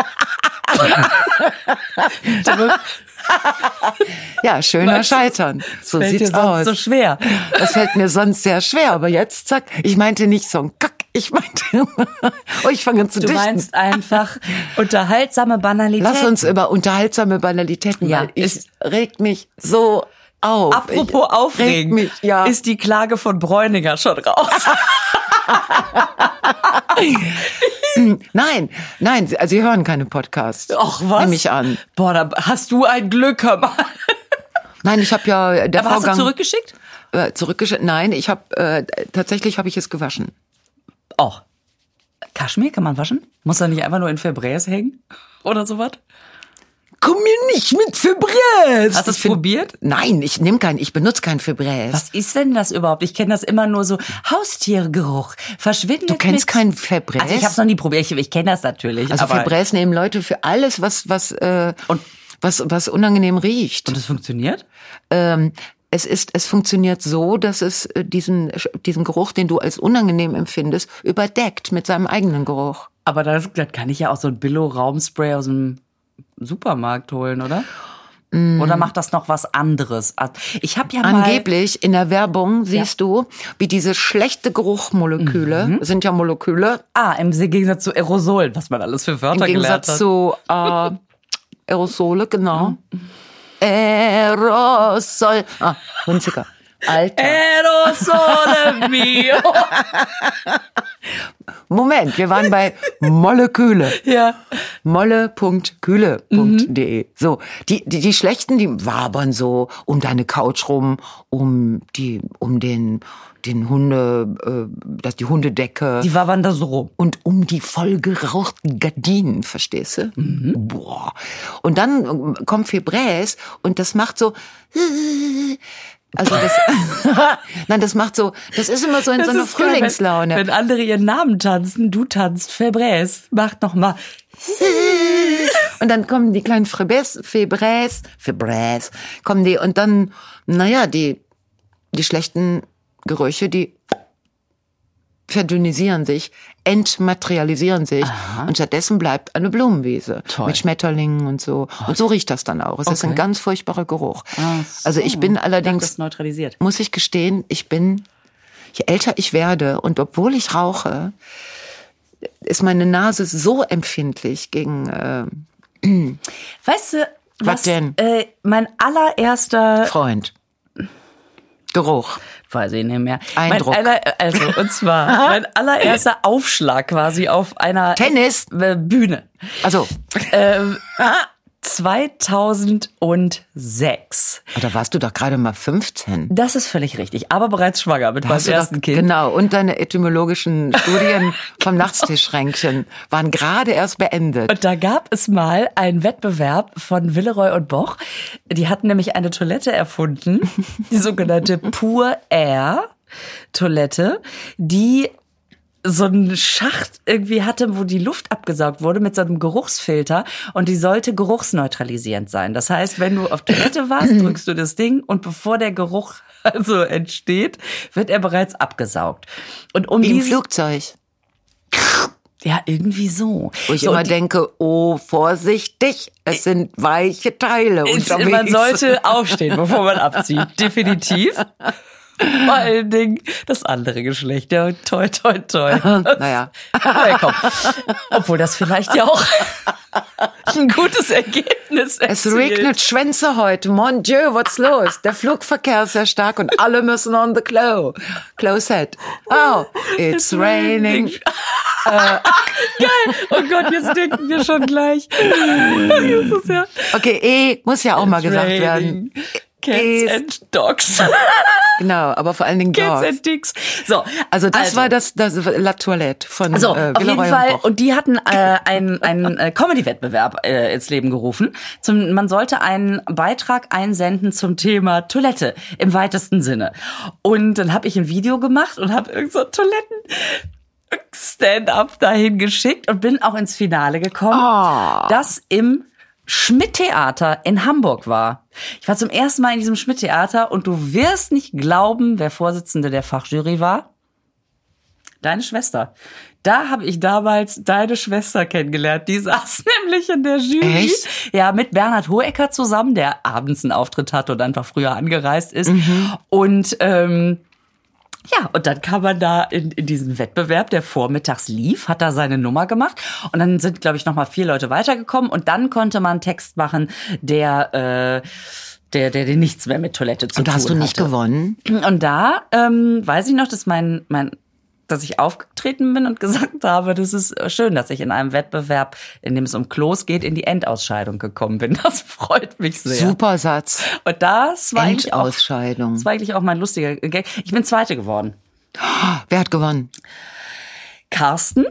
[SPEAKER 1] ja, schöner
[SPEAKER 2] Weißt du,
[SPEAKER 1] Scheitern. So
[SPEAKER 2] Fällt dir
[SPEAKER 1] sieht's
[SPEAKER 2] sonst
[SPEAKER 1] aus.
[SPEAKER 2] so schwer.
[SPEAKER 1] Das fällt mir sonst sehr schwer, aber jetzt zack. Ich meinte nicht so ein Kack, ich meinte. oh, ich fange an zu
[SPEAKER 2] Du
[SPEAKER 1] dichten.
[SPEAKER 2] meinst einfach unterhaltsame Banalität.
[SPEAKER 1] Lass uns über unterhaltsame Banalitäten
[SPEAKER 2] Ja,
[SPEAKER 1] ja, Ich
[SPEAKER 2] ist-
[SPEAKER 1] regt mich so auf.
[SPEAKER 2] Apropos
[SPEAKER 1] ich, Regt
[SPEAKER 2] aufregen,
[SPEAKER 1] mich, ja.
[SPEAKER 2] ist die Klage von Bräuninger schon raus.
[SPEAKER 1] nein, nein, sie- also sie hören keine Podcasts.
[SPEAKER 2] Ach was?
[SPEAKER 1] Nehme ich an.
[SPEAKER 2] Boah, da hast du ein Glück, hör mal.
[SPEAKER 1] Nein, ich habe ja äh, der
[SPEAKER 2] Aber hast
[SPEAKER 1] Vorgang
[SPEAKER 2] du zurückgeschickt?
[SPEAKER 1] äh, zurückgeschickt. Nein, ich habe äh, tatsächlich habe ich es gewaschen.
[SPEAKER 2] Auch. Oh. Kaschmir kann man waschen? Muss er nicht einfach nur in Febräs hängen? Oder sowas?
[SPEAKER 1] Komm mir nicht mit Febreze.
[SPEAKER 2] Hast du es probiert?
[SPEAKER 1] Nein, ich nehme kein, ich benutze kein Febreze.
[SPEAKER 2] Was ist denn das überhaupt? Ich kenne das immer nur so. Haustiergeruch. Verschwindet.
[SPEAKER 1] Du kennst
[SPEAKER 2] mit-
[SPEAKER 1] keinen Febreze?
[SPEAKER 2] Also ich habe es noch nie probiert. Ich, ich kenne das natürlich.
[SPEAKER 1] Also
[SPEAKER 2] aber
[SPEAKER 1] Febreze nehmen Leute für alles, was was äh,
[SPEAKER 2] Und-
[SPEAKER 1] was was unangenehm riecht.
[SPEAKER 2] Und das funktioniert?
[SPEAKER 1] ähm, es ist, es funktioniert so, dass es äh, diesen, diesen Geruch, den du als unangenehm empfindest, überdeckt mit seinem eigenen Geruch.
[SPEAKER 2] Aber das, das kann ich ja auch so ein Billo-Raumspray aus dem Supermarkt holen, oder? Oder macht das noch was anderes? Ah, Ich habe ja mal
[SPEAKER 1] Mm. Angeblich in der Werbung siehst du, wie diese schlechte Geruchmoleküle,
[SPEAKER 2] Mhm.
[SPEAKER 1] sind ja Moleküle,
[SPEAKER 2] Ah, im Gegensatz zu Aerosolen, was man alles für
[SPEAKER 1] im
[SPEAKER 2] Wörter gelernt
[SPEAKER 1] Gegensatz
[SPEAKER 2] hat.
[SPEAKER 1] zu äh, Aerosole, genau.
[SPEAKER 2] Mhm.
[SPEAKER 1] Aerosol. Ah, Hunziker.
[SPEAKER 2] Äh.
[SPEAKER 1] Alter.
[SPEAKER 2] Aerosole mio.
[SPEAKER 1] Moment, wir waren bei Moleküle.
[SPEAKER 2] ja.
[SPEAKER 1] molle.kühle.de.
[SPEAKER 2] Mhm.
[SPEAKER 1] So, die, die, die schlechten, die wabern so um deine Couch rum, um die, um den, den Hunde, äh, das, die Hundedecke
[SPEAKER 2] Die wabern da so rum.
[SPEAKER 1] und um die vollgerauchten Gardinen, verstehst du?
[SPEAKER 2] Mhm.
[SPEAKER 1] ähm, Boah. Und dann kommt Febreze und das macht so Also das, nein, das macht so, das ist immer so in so einer
[SPEAKER 2] ist geil,
[SPEAKER 1] Frühlingslaune.
[SPEAKER 2] Wenn, wenn andere ihren Namen tanzen, du tanzt Febräs. Mach noch mal.
[SPEAKER 1] Und dann kommen die kleinen Frebes, Febres, Febres, kommen die und dann, naja, die, die schlechten Gerüche, die verdünnisieren sich, entmaterialisieren sich und stattdessen bleibt eine Blumenwiese
[SPEAKER 2] Toll.
[SPEAKER 1] mit Schmetterlingen und so. Und so riecht das dann auch. Es ist ein
[SPEAKER 2] Okay.
[SPEAKER 1] ganz furchtbarer Geruch. Also ich bin
[SPEAKER 2] Das
[SPEAKER 1] allerdings,
[SPEAKER 2] ist neutralisiert.
[SPEAKER 1] muss ich gestehen, ich bin, je älter ich werde und obwohl ich rauche, ist meine Nase so empfindlich gegen äh,
[SPEAKER 2] Weißt du, was,
[SPEAKER 1] Was denn?
[SPEAKER 2] Äh, mein allererster,
[SPEAKER 1] Freund. Geruch.
[SPEAKER 2] weiß ich nicht mehr.
[SPEAKER 1] Eindruck.
[SPEAKER 2] Mein aller, also, und zwar, mein allererster Aufschlag quasi auf einer
[SPEAKER 1] Tennis.
[SPEAKER 2] äh, Bühne.
[SPEAKER 1] Also,
[SPEAKER 2] Ähm, 2006.
[SPEAKER 1] ah, da warst du doch gerade mal 15.
[SPEAKER 2] Das ist völlig richtig, aber bereits schwanger mit meinem
[SPEAKER 1] Hast du doch-
[SPEAKER 2] ersten Kind.
[SPEAKER 1] Genau, und deine etymologischen Studien vom Nachttischschränkchen waren gerade erst beendet.
[SPEAKER 2] Und da gab es mal einen Wettbewerb von Willeroy und Boch. Die hatten nämlich eine Toilette erfunden, die sogenannte Pure Air Toilette, die so einen Schacht irgendwie hatte, wo die Luft abgesaugt wurde mit so einem Geruchsfilter und die sollte geruchsneutralisierend sein. Das heißt, wenn du auf Toilette warst, drückst du das Ding und bevor der Geruch also entsteht, wird er bereits abgesaugt. Und um
[SPEAKER 1] Wie im
[SPEAKER 2] dieses-
[SPEAKER 1] Flugzeug,
[SPEAKER 2] ja irgendwie so.
[SPEAKER 1] wo ich
[SPEAKER 2] so,
[SPEAKER 1] immer
[SPEAKER 2] und die-
[SPEAKER 1] denke, oh, vorsichtig, es sind weiche Teile unterwegs.
[SPEAKER 2] Man sollte aufstehen, bevor man abzieht. Definitiv. Vor allen Dingen das andere Geschlecht. Ja, toi, toi, toi.
[SPEAKER 1] Naja.
[SPEAKER 2] Na komm. Obwohl das vielleicht ja auch ein gutes Ergebnis
[SPEAKER 1] Es
[SPEAKER 2] erzielt.
[SPEAKER 1] regnet Schwänze heute. Mon Dieu, what's los? Der Flugverkehr ist sehr stark und alle müssen on the clo. Closet. Oh, it's raining.
[SPEAKER 2] Geil. Oh Gott, jetzt denken wir schon gleich. Das ist ja
[SPEAKER 1] Okay, eh, muss ja auch mal gesagt werden.
[SPEAKER 2] Raining. Cats and Dogs.
[SPEAKER 1] Genau, aber vor allen Dingen
[SPEAKER 2] Cats
[SPEAKER 1] Dogs.
[SPEAKER 2] and Dicks. So,
[SPEAKER 1] Also das war das, das La Toilette von äh,
[SPEAKER 2] So, Also, auf jeden
[SPEAKER 1] Villeroy
[SPEAKER 2] Fall.
[SPEAKER 1] und Boch.
[SPEAKER 2] Und die hatten äh, einen, einen äh, Comedy-Wettbewerb äh, ins Leben gerufen. Zum, man sollte einen Beitrag einsenden zum Thema Toilette im weitesten Sinne. Und dann habe ich ein Video gemacht und habe irgend so ein Toiletten. Stand-up dahin geschickt und bin auch ins Finale gekommen,
[SPEAKER 1] Ah.
[SPEAKER 2] das im Schmidt-Theater in Hamburg war. Ich war zum ersten Mal in diesem Schmidt-Theater und du wirst nicht glauben, wer Vorsitzende der Fachjury war. Deine Schwester. Da habe ich damals deine Schwester kennengelernt. Die saß nämlich in der Jury.
[SPEAKER 1] Echt?
[SPEAKER 2] Ja, mit Bernhard Hohecker zusammen, der abends einen Auftritt hatte und einfach früher angereist ist.
[SPEAKER 1] Mhm.
[SPEAKER 2] Und ähm, ja, und dann kam man da in, in diesen Wettbewerb, der vormittags lief, hat da seine Nummer gemacht. Und dann sind, glaube ich, nochmal vier Leute weitergekommen. Und dann konnte man einen Text machen, der, äh, der, der, der nichts mehr mit Toilette zu
[SPEAKER 1] Und
[SPEAKER 2] tun
[SPEAKER 1] da hast du nicht
[SPEAKER 2] hatte.
[SPEAKER 1] gewonnen?
[SPEAKER 2] Und da ähm, weiß ich noch, dass mein, mein dass ich aufgetreten bin und gesagt habe, das ist äh, schön, dass ich in einem Wettbewerb, in dem es um Klos geht, in die Endausscheidung gekommen bin. Das freut mich sehr.
[SPEAKER 1] Super Satz.
[SPEAKER 2] Und das war eigentlich auch,
[SPEAKER 1] Endausscheidung.
[SPEAKER 2] das war eigentlich auch mein lustiger Gag. Ich bin Zweite geworden.
[SPEAKER 1] Wer hat gewonnen?
[SPEAKER 2] Carsten.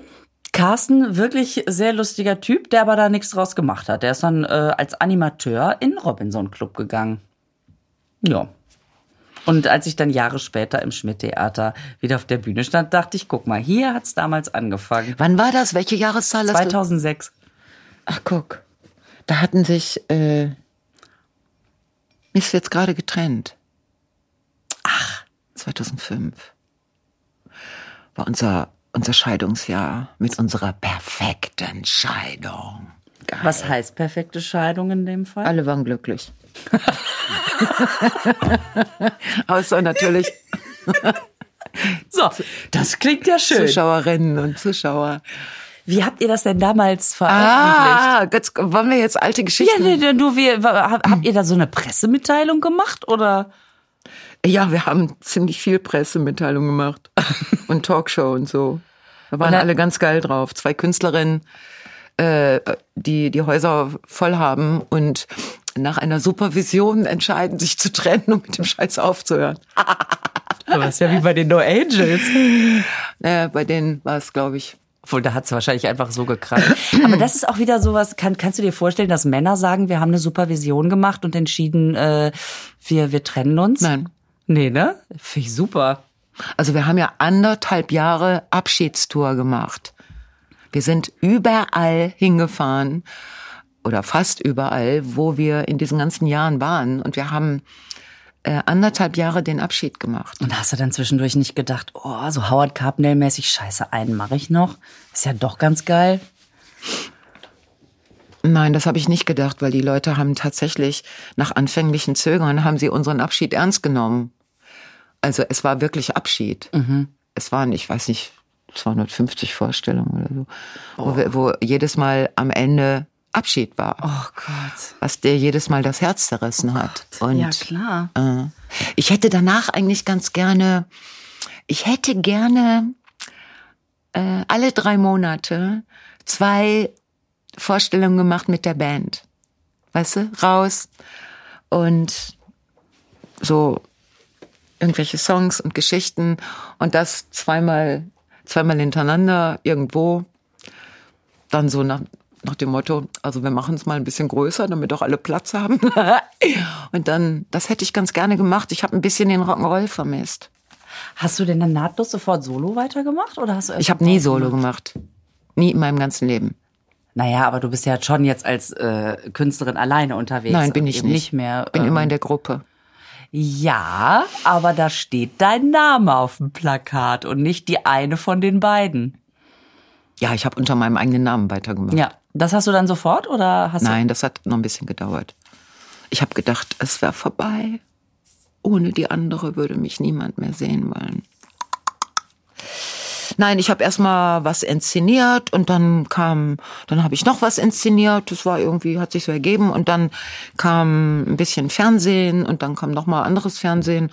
[SPEAKER 2] Carsten, wirklich sehr lustiger Typ, der aber da nichts draus gemacht hat. Der ist dann äh, als Animateur in Robinson Club gegangen. Ja. Und als ich dann Jahre später im Schmidt-Theater wieder auf der Bühne stand, dachte ich, guck mal, hier hat's damals angefangen.
[SPEAKER 1] Wann war das? Welche Jahreszahl? hast du-
[SPEAKER 2] 2006.
[SPEAKER 1] Ach guck, da hatten sich äh, ist jetzt gerade getrennt. Ach, 2005 war unser unser Scheidungsjahr mit unserer perfekten Scheidung.
[SPEAKER 2] Was heißt perfekte Scheidung in dem Fall?
[SPEAKER 1] Alle waren glücklich. Außer natürlich
[SPEAKER 2] So, das klingt ja schön.
[SPEAKER 1] Zuschauerinnen und Zuschauer.
[SPEAKER 2] Wie habt ihr das denn damals veröffentlicht?
[SPEAKER 1] Ah, jetzt, wollen wir jetzt alte
[SPEAKER 2] Ja, ne.
[SPEAKER 1] Geschichten?
[SPEAKER 2] nee, nee, du, wir, hab- habt ihr da so eine Pressemitteilung gemacht oder?
[SPEAKER 1] Ja, wir haben ziemlich viel Pressemitteilung gemacht und Talkshow und so. Da waren
[SPEAKER 2] Und dann-
[SPEAKER 1] alle ganz geil drauf. Zwei Künstlerinnen, äh, die die Häuser voll haben und nach einer Supervision entscheiden, sich zu trennen und mit dem Scheiß aufzuhören.
[SPEAKER 2] Das ist ja wie bei den No Angels.
[SPEAKER 1] Äh, bei denen war es, glaube ich.
[SPEAKER 2] Obwohl, da hat's wahrscheinlich einfach so gekrankt. Aber das ist auch wieder sowas, kann, kannst du dir vorstellen, dass Männer sagen, wir haben eine Supervision gemacht und entschieden, äh, wir, wir trennen uns?
[SPEAKER 1] Nein.
[SPEAKER 2] Nee, ne? Finde ich super.
[SPEAKER 1] Also wir haben ja anderthalb Jahre Abschiedstour gemacht. Wir sind überall hingefahren oder fast überall, wo wir in diesen ganzen Jahren waren. Und wir haben äh, anderthalb Jahre den Abschied gemacht.
[SPEAKER 2] Und hast du dann zwischendurch nicht gedacht, oh, so Howard Carpendale-mäßig, scheiße, einen mache ich noch. Ist ja doch ganz geil.
[SPEAKER 1] Nein, das habe ich nicht gedacht, weil die Leute haben tatsächlich nach anfänglichen Zögern haben sie unseren Abschied ernst genommen. Also es war wirklich Abschied. Es waren, ich weiß nicht, 250 Vorstellungen oder so, wo, wir, wo jedes Mal am Ende Abschied war,
[SPEAKER 2] Oh Gott.
[SPEAKER 1] was dir jedes Mal das Herz zerrissen hat. Und
[SPEAKER 2] ja, klar.
[SPEAKER 1] Äh, ich hätte danach eigentlich ganz gerne, ich hätte gerne äh, alle drei Monate zwei Vorstellungen gemacht mit der Band. Weißt du, raus und so irgendwelche Songs und Geschichten und das zweimal, zweimal hintereinander irgendwo. Dann so nach, nach dem Motto, also wir machen es mal ein bisschen größer, damit auch alle Platz haben. und dann, das hätte ich ganz gerne gemacht. Ich habe ein bisschen den Rock'n'Roll vermisst.
[SPEAKER 2] Hast du denn dann nahtlos sofort Solo weitergemacht oder hast du erst
[SPEAKER 1] Ich habe nie Solo gemacht. Nie in meinem ganzen Leben.
[SPEAKER 2] Naja, aber du bist ja schon jetzt als äh, Künstlerin alleine unterwegs.
[SPEAKER 1] Nein, bin
[SPEAKER 2] und
[SPEAKER 1] ich
[SPEAKER 2] eben
[SPEAKER 1] nicht.
[SPEAKER 2] nicht mehr.
[SPEAKER 1] Bin
[SPEAKER 2] ähm,
[SPEAKER 1] immer in der Gruppe.
[SPEAKER 2] Ja, aber da steht dein Name auf dem Plakat und nicht die eine von den beiden.
[SPEAKER 1] Ja, ich habe unter meinem eigenen Namen weitergemacht.
[SPEAKER 2] Ja, das hast du dann sofort oder hast
[SPEAKER 1] Nein, das hat noch ein bisschen gedauert. Ich habe gedacht, es wäre vorbei. Ohne die andere würde mich niemand mehr sehen wollen. Nein, ich habe erst mal was inszeniert und dann kam, dann habe ich noch was inszeniert. Das war irgendwie, hat sich so ergeben und dann kam ein bisschen Fernsehen und dann kam noch mal anderes Fernsehen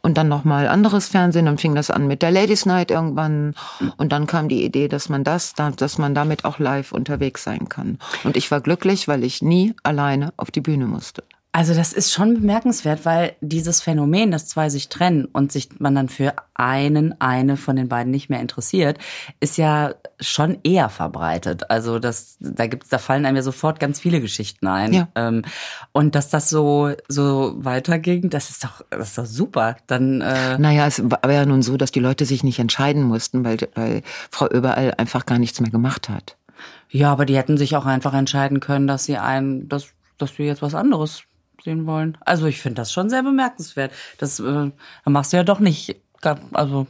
[SPEAKER 1] und dann noch mal anderes Fernsehen. Dann fing das an mit der Ladies Night irgendwann und dann kam die Idee, dass man das, da- dass man damit auch live unterwegs sein kann. Und ich war glücklich, weil ich nie alleine auf die Bühne musste.
[SPEAKER 2] Also das ist schon bemerkenswert, weil dieses Phänomen, dass zwei sich trennen und sich man dann für einen, eine von den beiden nicht mehr interessiert, ist ja schon eher verbreitet. Also das, da gibt's, da fallen einem ja sofort ganz viele Geschichten ein.
[SPEAKER 1] Ja.
[SPEAKER 2] Ähm, und dass das so so weiterging, das ist doch, das ist doch super. Dann äh,
[SPEAKER 1] Naja, es war ja nun so, dass die Leute sich nicht entscheiden mussten, weil, weil Frau Überall einfach gar nichts mehr gemacht hat.
[SPEAKER 2] ja, aber die hätten sich auch einfach entscheiden können, dass sie einen, dass dass wir jetzt was anderes sehen wollen. Also ich finde das schon sehr bemerkenswert. Das äh, dann machst du ja doch nicht, gar- also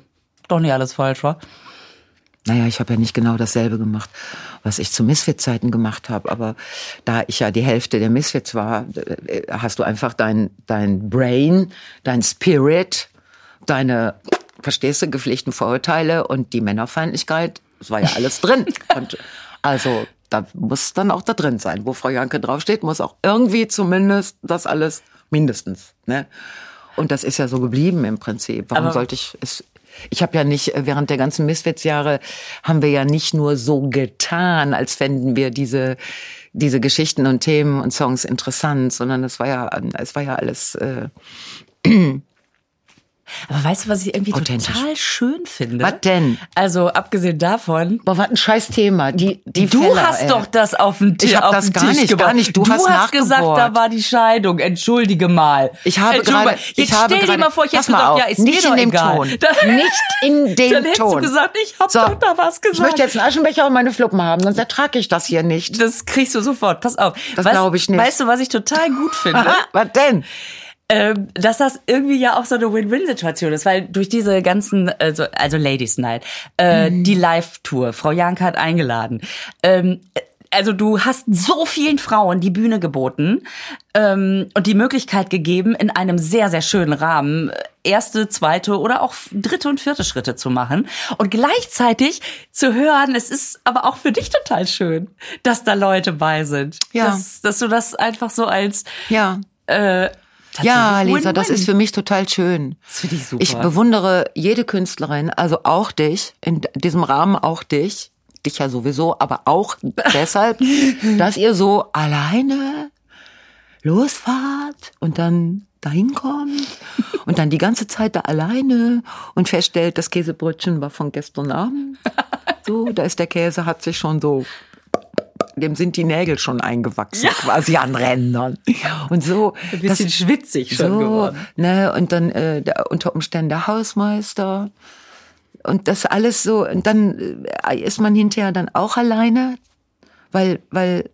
[SPEAKER 2] doch nicht alles falsch, wa?
[SPEAKER 1] Naja, ich habe ja nicht genau dasselbe gemacht, was ich zu Misfit-Zeiten gemacht habe. Aber da ich ja die Hälfte der Misfits war, äh, hast du einfach dein, dein Brain, dein Spirit, deine, verstehst du, gepflichten Vorurteile und die Männerfeindlichkeit. Es war ja alles drin. Und also da muss dann auch da drin sein. Wo Frau Janke draufsteht, muss auch irgendwie zumindest das alles mindestens. Ne? Und das ist ja so geblieben im Prinzip. Warum
[SPEAKER 2] Aber-
[SPEAKER 1] sollte ich es ich habe ja nicht, äh, während der ganzen Misfits-Jahre haben wir ja nicht nur so getan, als fänden wir diese, diese Geschichten und Themen und Songs interessant, sondern es war ja, ähm, es war ja alles, äh,
[SPEAKER 2] Aber weißt du, was ich irgendwie
[SPEAKER 1] Authentisch.
[SPEAKER 2] total schön finde?
[SPEAKER 1] Was denn?
[SPEAKER 2] Also abgesehen davon,
[SPEAKER 1] boah, was ein scheiß Thema. Die, die
[SPEAKER 2] du
[SPEAKER 1] Feller,
[SPEAKER 2] hast
[SPEAKER 1] ey.
[SPEAKER 2] doch das auf den Tisch
[SPEAKER 1] Ich hab
[SPEAKER 2] auf
[SPEAKER 1] das
[SPEAKER 2] den
[SPEAKER 1] gar
[SPEAKER 2] Tisch
[SPEAKER 1] nicht,
[SPEAKER 2] gebracht.
[SPEAKER 1] gar nicht. Du hast
[SPEAKER 2] gesagt,
[SPEAKER 1] nachgebohrt.
[SPEAKER 2] da war die Scheidung. Entschuldige mal.
[SPEAKER 1] Ich habe
[SPEAKER 2] Entschuldige
[SPEAKER 1] gerade,
[SPEAKER 2] mal. Äh, Jetzt
[SPEAKER 1] ich habe
[SPEAKER 2] stell dir
[SPEAKER 1] gerade,
[SPEAKER 2] mal vor, ich hätte
[SPEAKER 1] pass mal
[SPEAKER 2] gesagt,
[SPEAKER 1] auf,
[SPEAKER 2] ja, ist
[SPEAKER 1] nicht in
[SPEAKER 2] mir doch
[SPEAKER 1] dem
[SPEAKER 2] egal.
[SPEAKER 1] Ton,
[SPEAKER 2] Dann,
[SPEAKER 1] nicht in dem
[SPEAKER 2] dann hättest
[SPEAKER 1] Ton.
[SPEAKER 2] du gesagt, ich hab
[SPEAKER 1] So.
[SPEAKER 2] doch da was gesagt.
[SPEAKER 1] Ich möchte jetzt einen Aschenbecher und meine Fluppen haben, sonst ertrage ich das hier nicht.
[SPEAKER 2] das kriegst du sofort. Pass auf.
[SPEAKER 1] Das
[SPEAKER 2] Weißt-
[SPEAKER 1] glaub ich nicht.
[SPEAKER 2] Weißt du, was ich total gut finde?
[SPEAKER 1] was denn?
[SPEAKER 2] ähm, dass das irgendwie ja auch so eine Win-Win-Situation ist, weil durch diese ganzen, also, also Ladies Night, äh,
[SPEAKER 1] Mhm.
[SPEAKER 2] die Live-Tour, Frau Janke hat eingeladen. Ähm, äh, also du hast so vielen Frauen die Bühne geboten ähm, und die Möglichkeit gegeben, in einem sehr, sehr schönen Rahmen äh, erste, zweite oder auch dritte und vierte Schritte zu machen. Und gleichzeitig zu hören, es ist aber auch für dich total schön, dass da Leute bei sind.
[SPEAKER 1] Ja.
[SPEAKER 2] Dass, dass du das einfach so als
[SPEAKER 1] Ja.
[SPEAKER 2] äh,
[SPEAKER 1] Ja,
[SPEAKER 2] tatsächlich
[SPEAKER 1] Lisa, das
[SPEAKER 2] Win-Win.
[SPEAKER 1] ist für mich total schön.
[SPEAKER 2] Das finde ich super.
[SPEAKER 1] Ich bewundere jede Künstlerin, also auch dich, in diesem Rahmen auch dich, dich ja sowieso, aber auch deshalb, dass ihr so alleine losfahrt und dann dahin kommt und dann die ganze Zeit da alleine und feststellt, das Käsebrötchen war von gestern Abend. So, da ist der Käse, hat sich schon so dem sind die Nägel schon eingewachsen, quasi an Rändern. Und so.
[SPEAKER 2] Ein bisschen schwitzig schon
[SPEAKER 1] so,
[SPEAKER 2] geworden.
[SPEAKER 1] Ne, und dann äh, der, unter Umständen der Hausmeister. Und das alles so, und dann äh, ist man hinterher dann auch alleine, weil, weil,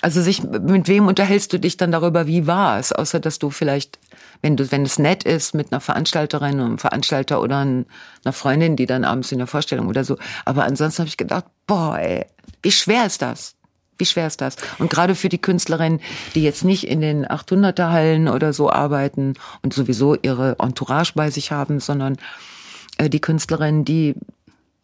[SPEAKER 1] also sich, mit wem unterhältst du dich dann darüber, wie war es? Außer, dass du vielleicht, wenn du, wenn es nett ist, mit einer Veranstalterin, einem Veranstalter oder ein- einer Freundin, die dann abends in der Vorstellung oder so. Aber ansonsten habe ich gedacht, boah, ey, wie schwer ist das? Wie schwer ist das? Und gerade für die Künstlerinnen, die jetzt nicht in den 800er Hallen oder so arbeiten und sowieso ihre Entourage bei sich haben, sondern äh, die Künstlerinnen, die,